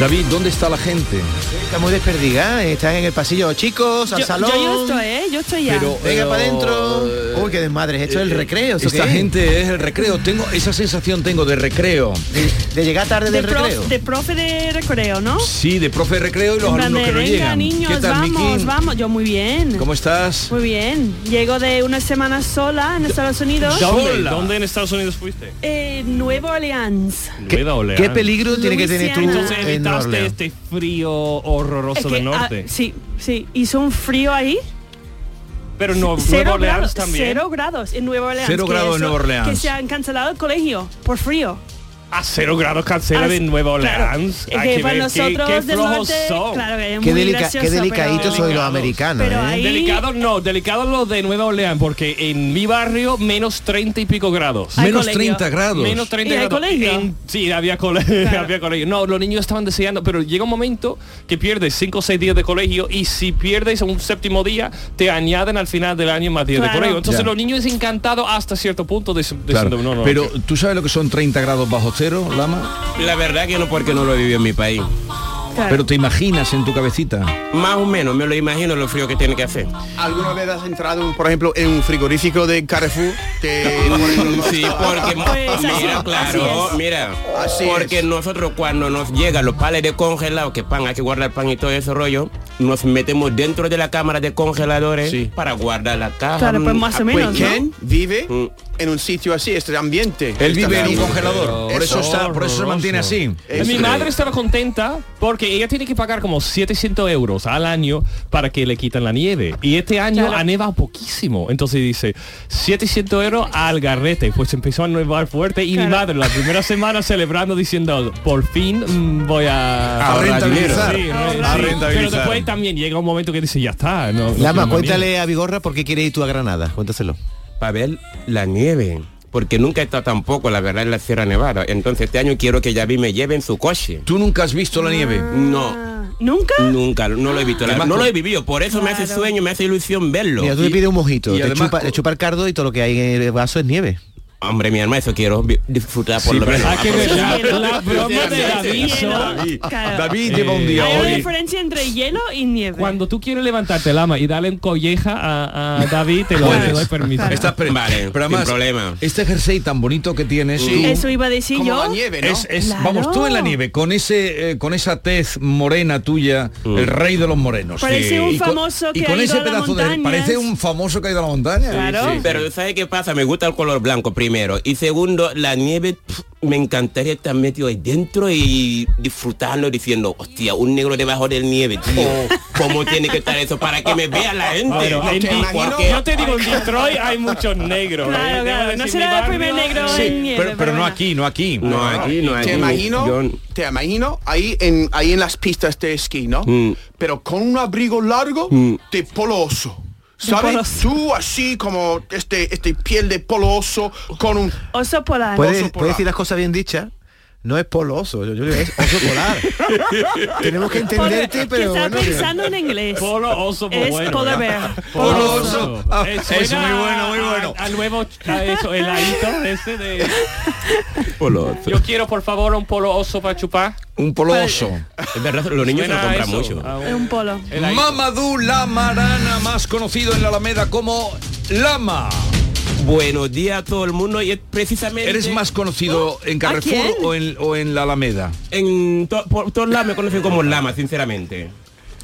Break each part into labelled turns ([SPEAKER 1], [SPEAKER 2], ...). [SPEAKER 1] David, ¿dónde está la gente?
[SPEAKER 2] Está muy desperdigada, están en el pasillo, chicos, al
[SPEAKER 3] Yo,
[SPEAKER 2] salón.
[SPEAKER 3] yo, yo estoy, ¿eh? Yo estoy ya.
[SPEAKER 1] Pero-
[SPEAKER 2] Venga para adentro.
[SPEAKER 1] eh,
[SPEAKER 2] Uy, qué desmadre, esto es el
[SPEAKER 1] eh,
[SPEAKER 2] recreo. ¿eso
[SPEAKER 1] Esta
[SPEAKER 2] qué es?
[SPEAKER 1] gente es el recreo. Tengo esa sensación tengo de recreo.
[SPEAKER 2] De, de llegar tarde
[SPEAKER 3] de,
[SPEAKER 2] del
[SPEAKER 3] prof-
[SPEAKER 2] recreo.
[SPEAKER 3] de profe de recreo, ¿no?
[SPEAKER 1] Sí, de profe de recreo y los
[SPEAKER 3] En plan
[SPEAKER 1] alumnos
[SPEAKER 3] de,
[SPEAKER 1] que no
[SPEAKER 3] venga,
[SPEAKER 1] llegan.
[SPEAKER 3] niños,
[SPEAKER 1] ¿Qué tal,
[SPEAKER 3] vamos,
[SPEAKER 1] Miki?
[SPEAKER 3] vamos. Yo muy bien.
[SPEAKER 1] ¿Cómo estás?
[SPEAKER 3] Muy bien. Llego de una semana sola en Estados Unidos.
[SPEAKER 4] ¿Dónde,
[SPEAKER 1] Hola.
[SPEAKER 4] ¿Dónde en Estados Unidos fuiste?
[SPEAKER 3] Eh, Nueva Orleans.
[SPEAKER 4] Nueva Orleans.
[SPEAKER 2] ¿Qué peligro tiene que tener tú
[SPEAKER 3] Luisiana.
[SPEAKER 4] Entonces
[SPEAKER 2] en Nueva
[SPEAKER 4] evitaste
[SPEAKER 2] Orleans?
[SPEAKER 4] este frío horroroso
[SPEAKER 3] Es que,
[SPEAKER 4] del norte.
[SPEAKER 3] ah, sí, sí. Hizo un frío ahí.
[SPEAKER 4] Pero no,
[SPEAKER 3] Cero
[SPEAKER 4] Nueva Orleans
[SPEAKER 3] grados,
[SPEAKER 4] también.
[SPEAKER 3] cero grados en Nueva Orleans.
[SPEAKER 1] Cero
[SPEAKER 3] que
[SPEAKER 1] grados en
[SPEAKER 3] eso-
[SPEAKER 1] Nueva Orleans.
[SPEAKER 3] Que se han cancelado el colegio por frío.
[SPEAKER 4] A cero grados cancela
[SPEAKER 3] Ah,
[SPEAKER 4] de Nueva
[SPEAKER 3] claro.
[SPEAKER 4] Orleans.
[SPEAKER 3] Es
[SPEAKER 4] Hay
[SPEAKER 3] que
[SPEAKER 4] que
[SPEAKER 3] para
[SPEAKER 4] ver qué,
[SPEAKER 3] nosotros
[SPEAKER 4] qué
[SPEAKER 3] del
[SPEAKER 4] flojos
[SPEAKER 3] norte,
[SPEAKER 4] son.
[SPEAKER 3] claro que es
[SPEAKER 2] Qué,
[SPEAKER 3] muy
[SPEAKER 2] delica-
[SPEAKER 3] gracioso,
[SPEAKER 2] qué
[SPEAKER 3] pero-
[SPEAKER 2] delicaditos son los
[SPEAKER 4] Delicados.
[SPEAKER 2] americanos,
[SPEAKER 3] Pero
[SPEAKER 2] ¿eh?
[SPEAKER 3] ahí-
[SPEAKER 4] Delicados Mm, no, delicados los de Nueva Orleans, porque en mi barrio menos 30 y pico grados.
[SPEAKER 3] Hay
[SPEAKER 1] Menos
[SPEAKER 3] colegio.
[SPEAKER 1] 30 grados.
[SPEAKER 4] Menos 30
[SPEAKER 3] ¿Y hay
[SPEAKER 4] grados.
[SPEAKER 3] colegio?
[SPEAKER 4] En- sí, había, cole-
[SPEAKER 3] Claro.
[SPEAKER 4] había colegio. No, los niños estaban deseando, pero llega un momento que pierdes 5 o 6 días de colegio y si pierdes un séptimo día, te añaden al final del año más días
[SPEAKER 3] Claro.
[SPEAKER 4] de colegio. Entonces
[SPEAKER 1] Ya.
[SPEAKER 4] los niños encantados hasta cierto punto de, de-
[SPEAKER 1] Claro.
[SPEAKER 4] no, no,
[SPEAKER 1] Pero tú sabes lo que son 30 grados bajo cero, Lama.
[SPEAKER 5] La verdad que no porque no lo he vivido en mi país.
[SPEAKER 3] Claro.
[SPEAKER 1] Pero te imaginas en tu cabecita.
[SPEAKER 5] Más o menos, me lo imagino lo frío que tiene que hacer.
[SPEAKER 6] ¿Alguna vez has entrado, por ejemplo, en un frigorífico de Carrefour? Que, por ejemplo,
[SPEAKER 5] Sí, porque
[SPEAKER 3] Pues así-
[SPEAKER 5] mira,
[SPEAKER 3] así
[SPEAKER 5] claro,
[SPEAKER 3] es.
[SPEAKER 5] mira,
[SPEAKER 6] Así
[SPEAKER 5] porque
[SPEAKER 6] es.
[SPEAKER 5] nosotros cuando nos llegan los pales de congelado, que pan, hay que guardar pan y todo ese rollo, nos metemos dentro de la cámara de congeladores
[SPEAKER 1] Sí.
[SPEAKER 5] para guardar la caja.
[SPEAKER 3] Claro, pues más o
[SPEAKER 6] pues,
[SPEAKER 3] menos, ¿no?
[SPEAKER 6] ¿quién vive
[SPEAKER 5] Mm.
[SPEAKER 6] en un sitio así, este ambiente?
[SPEAKER 1] Él vive en un
[SPEAKER 6] Este
[SPEAKER 1] congelador. Por eso
[SPEAKER 4] es
[SPEAKER 1] está, Ah, por eso se
[SPEAKER 4] horroroso. Eh,
[SPEAKER 1] mantiene así.
[SPEAKER 6] Es
[SPEAKER 4] mi
[SPEAKER 6] que-
[SPEAKER 4] madre estaba contenta porque ella tiene que pagar como 700 euros al año para que le quitan la nieve. Y este año
[SPEAKER 3] Claro.
[SPEAKER 4] ha nevado poquísimo. Entonces dice, 700 euros al garrete. Pues empezó a nevar fuerte y
[SPEAKER 3] Claro.
[SPEAKER 4] mi madre la primera semana celebrando diciendo, por fin mm, voy a...
[SPEAKER 1] A rentabilizar.
[SPEAKER 4] Sí,
[SPEAKER 3] A
[SPEAKER 4] sí.
[SPEAKER 1] rentabilizar.
[SPEAKER 4] Pero después también llega un momento que dice, ya está. No, no quiero
[SPEAKER 2] Lama,
[SPEAKER 4] más nieve".
[SPEAKER 2] cuéntale a Vigorra por qué quiere ir tú a Granada. Cuéntaselo.
[SPEAKER 5] para ver la nieve. Porque nunca he estado tampoco, la verdad, en la Sierra Nevada. Entonces este año quiero que Yavi me lleve en su coche.
[SPEAKER 1] Tú nunca has visto la nieve.
[SPEAKER 5] No,
[SPEAKER 3] ¿Nunca?
[SPEAKER 5] nunca, no lo he visto. la-
[SPEAKER 1] Además,
[SPEAKER 5] no lo
[SPEAKER 1] con-
[SPEAKER 5] he vivido, por eso me hace
[SPEAKER 3] Claro.
[SPEAKER 5] sueño, me hace ilusión verlo.
[SPEAKER 2] Mira, tú le
[SPEAKER 1] y-
[SPEAKER 2] pides un mojito,
[SPEAKER 1] y
[SPEAKER 2] te
[SPEAKER 1] además
[SPEAKER 2] chupa,
[SPEAKER 1] co-
[SPEAKER 2] te chupa el cardo y todo lo que hay en el vaso es nieve.
[SPEAKER 5] Hombre, mi hermano, eso quiero vi- disfrutar por
[SPEAKER 1] Sí,
[SPEAKER 5] lo
[SPEAKER 1] pero
[SPEAKER 5] menos.
[SPEAKER 4] Hay que ver
[SPEAKER 5] aprovechar.
[SPEAKER 4] la, la broma
[SPEAKER 3] Sí,
[SPEAKER 4] de
[SPEAKER 3] sí, sí,
[SPEAKER 4] aviso.
[SPEAKER 3] sí, no. Claro.
[SPEAKER 1] Ah,
[SPEAKER 3] Eh,
[SPEAKER 1] David lleva un día
[SPEAKER 3] Hay una
[SPEAKER 1] hoy.
[SPEAKER 3] diferencia entre hielo y nieve.
[SPEAKER 4] Cuando tú quieres levantarte, Lama, y darle en colleja a, a David, te lo te doy permiso.
[SPEAKER 1] Estás pre-
[SPEAKER 5] Vale,
[SPEAKER 1] pero además,
[SPEAKER 5] sin problema.
[SPEAKER 1] Este jersey tan bonito que tienes. tú-
[SPEAKER 3] Eso iba a decir
[SPEAKER 6] Como
[SPEAKER 3] yo.
[SPEAKER 6] la nieve, ¿no?
[SPEAKER 1] Es, es-
[SPEAKER 3] Claro.
[SPEAKER 1] Vamos, tú en la nieve, con ese eh, con esa tez morena tuya,
[SPEAKER 6] Mm.
[SPEAKER 1] el rey de los morenos.
[SPEAKER 3] Parece un
[SPEAKER 1] Y con-
[SPEAKER 3] famoso
[SPEAKER 1] y
[SPEAKER 3] que
[SPEAKER 1] con
[SPEAKER 3] ha ido
[SPEAKER 1] ese
[SPEAKER 3] a las
[SPEAKER 1] pedazo de
[SPEAKER 3] montañas.
[SPEAKER 1] Parece un famoso que ha ido a la montaña.
[SPEAKER 3] Claro.
[SPEAKER 5] Pero ¿sabes qué pasa? Me gusta el color blanco primero. Y segundo, la nieve pf, me encantaría estar metido ahí dentro y disfrutarlo diciendo, hostia, un negro debajo del nieve, tío. ¿Cómo tiene que estar eso? Para que me vea la gente.
[SPEAKER 4] Bueno, en
[SPEAKER 5] Porque-
[SPEAKER 4] Di- yo te digo, en Detroit hay muchos negros. ¿eh?
[SPEAKER 3] Claro,
[SPEAKER 4] Debo
[SPEAKER 3] claro. No
[SPEAKER 4] decir,
[SPEAKER 3] será
[SPEAKER 4] mi
[SPEAKER 3] el primer
[SPEAKER 4] barrio-
[SPEAKER 3] negro
[SPEAKER 1] Sí,
[SPEAKER 3] en nieve.
[SPEAKER 1] pero, pero no
[SPEAKER 3] bueno.
[SPEAKER 1] aquí, no aquí.
[SPEAKER 5] No, aquí, no, aquí.
[SPEAKER 6] Te imagino,
[SPEAKER 5] Yo-
[SPEAKER 6] te imagino ahí en, ahí en las pistas de esquí, ¿no?
[SPEAKER 5] Mm.
[SPEAKER 6] Pero con un abrigo largo
[SPEAKER 1] Mm.
[SPEAKER 6] de polo oso. ¿Sabes?
[SPEAKER 3] polo oso.
[SPEAKER 6] Tú así como este, este piel de polo oso con un...
[SPEAKER 3] Oso polar.
[SPEAKER 2] Puedes,
[SPEAKER 6] polar.
[SPEAKER 2] puedes decir las cosas bien dichas. No es polo oso, yo, yo digo, es oso polar. Tenemos que
[SPEAKER 3] Polar-
[SPEAKER 2] entenderte,
[SPEAKER 3] que
[SPEAKER 2] pero
[SPEAKER 3] está
[SPEAKER 2] bueno, que-
[SPEAKER 3] pensando en inglés.
[SPEAKER 4] Polo oso pues
[SPEAKER 3] Es
[SPEAKER 4] bueno,
[SPEAKER 3] polar
[SPEAKER 4] ¿eh?
[SPEAKER 3] bear.
[SPEAKER 4] Polo
[SPEAKER 1] Polo
[SPEAKER 4] oso.
[SPEAKER 1] oso. Ah,
[SPEAKER 4] Eh,
[SPEAKER 1] eso,
[SPEAKER 4] suena
[SPEAKER 1] muy bueno, muy bueno.
[SPEAKER 4] a- Al nuevo a eso, heladito ese de.
[SPEAKER 5] Polo oso.
[SPEAKER 4] Yo quiero por favor un polo oso para chupar.
[SPEAKER 1] Un poloso.
[SPEAKER 5] Pues, Es verdad, los niños se lo
[SPEAKER 4] Suena a
[SPEAKER 5] compran
[SPEAKER 4] eso,
[SPEAKER 5] mucho.
[SPEAKER 1] Ah,
[SPEAKER 4] a
[SPEAKER 3] Es un polo.
[SPEAKER 4] heladito.
[SPEAKER 1] Mamadou la Marana, más conocido en la Alameda como Lama.
[SPEAKER 5] Buenos días a todo el mundo y es precisamente...
[SPEAKER 1] ¿Eres más conocido en Carrefour
[SPEAKER 3] quién?
[SPEAKER 1] o en, o en la Alameda?
[SPEAKER 5] En to- por todos lados me conocen como Lama, sinceramente.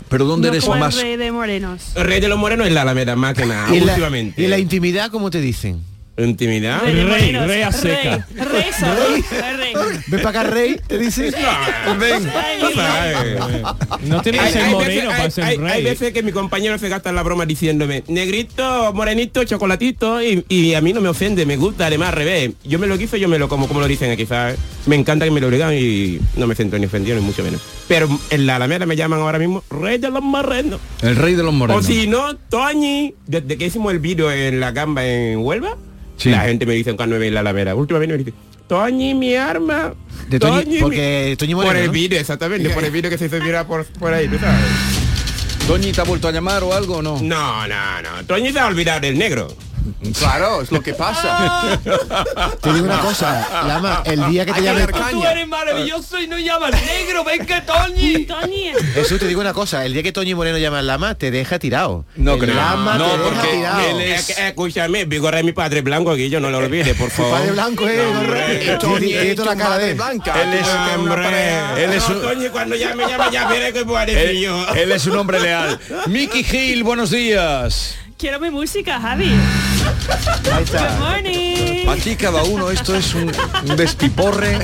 [SPEAKER 1] Pero ¿dónde
[SPEAKER 3] No
[SPEAKER 1] eres
[SPEAKER 3] como el
[SPEAKER 1] más?
[SPEAKER 3] rey de morenos.
[SPEAKER 5] El rey de los morenos es la Alameda, más que nada,
[SPEAKER 2] y en la-
[SPEAKER 5] últimamente.
[SPEAKER 2] y en la intimidad, ¿cómo te dicen?
[SPEAKER 5] Intimidad.
[SPEAKER 3] Rey, de
[SPEAKER 4] Rey,
[SPEAKER 3] morenos.
[SPEAKER 4] rey a seca.
[SPEAKER 3] Rey, rey, solo, rey.
[SPEAKER 2] Ven para acá, rey, te dices.
[SPEAKER 1] Ven.
[SPEAKER 7] No tiene que
[SPEAKER 5] Hay,
[SPEAKER 7] ser
[SPEAKER 5] hay
[SPEAKER 7] moreno para
[SPEAKER 5] veces,
[SPEAKER 7] ser
[SPEAKER 5] hay-
[SPEAKER 7] rey.
[SPEAKER 5] hay veces que mi compañero se gasta la broma diciéndome negrito, morenito, chocolatito y, y a mí no me ofende, me gusta, además al revés. Yo me lo quiso, yo me lo como, como lo dicen aquí, ¿sabes? Me encanta que me lo digan y no me siento ni ofendido ni mucho menos. Pero en la Alameda me llaman ahora mismo rey de los marrenos.
[SPEAKER 1] El rey de los
[SPEAKER 5] O
[SPEAKER 1] morenos.
[SPEAKER 5] si no, Toñi, desde que hicimos el vídeo en la gamba en Huelva,
[SPEAKER 1] Sí.
[SPEAKER 5] la gente me dice cuando me ve en la Alameda, últimamente me dice, Toñi, mi arma.
[SPEAKER 2] De Toñi,
[SPEAKER 5] mi-".
[SPEAKER 2] porque Toñi
[SPEAKER 5] por
[SPEAKER 2] Moreno,
[SPEAKER 5] el
[SPEAKER 2] ¿no?
[SPEAKER 5] vídeo, exactamente,
[SPEAKER 6] Eh.
[SPEAKER 5] por el vídeo que se hizo viral por, por ahí, ¿tú sabes?
[SPEAKER 1] Toñi te ha vuelto a llamar o algo o no.
[SPEAKER 5] No, no, no. Toñi se va a olvidar del negro.
[SPEAKER 6] Claro, es lo que pasa.
[SPEAKER 2] Te digo una cosa, Lama, el día que te
[SPEAKER 6] Hay que
[SPEAKER 2] llame.
[SPEAKER 6] dar caña.
[SPEAKER 4] maravilloso y no llamas negro, venga Toñi.
[SPEAKER 3] Toñi.
[SPEAKER 2] Jesús, te digo una cosa, el día que Toñi Moreno llama al Lama, te deja tirado.
[SPEAKER 1] No
[SPEAKER 2] El
[SPEAKER 1] creo.
[SPEAKER 2] Lama
[SPEAKER 1] No,
[SPEAKER 2] te deja
[SPEAKER 1] porque
[SPEAKER 2] tirado.
[SPEAKER 1] él es-
[SPEAKER 5] Eh, eh, escúchame, Vigorra es mi padre blanco, que yo no lo olvide, por favor.
[SPEAKER 2] Padre blanco, eh,
[SPEAKER 5] hombre.
[SPEAKER 2] Tiene- tiene toda la cara de él.
[SPEAKER 6] blanca.
[SPEAKER 1] Él es-
[SPEAKER 6] Una pareja.
[SPEAKER 1] él es
[SPEAKER 5] No,
[SPEAKER 1] un-
[SPEAKER 5] Toñi, cuando ya me llama, ya viene que
[SPEAKER 1] Él,
[SPEAKER 5] parecido.
[SPEAKER 1] él es un hombre leal. Mickey Gil, buenos días.
[SPEAKER 3] Quiero mi música, Javi.
[SPEAKER 2] Ahí está.
[SPEAKER 3] Good morning.
[SPEAKER 1] Aquí cada uno, esto es un, un despiporre.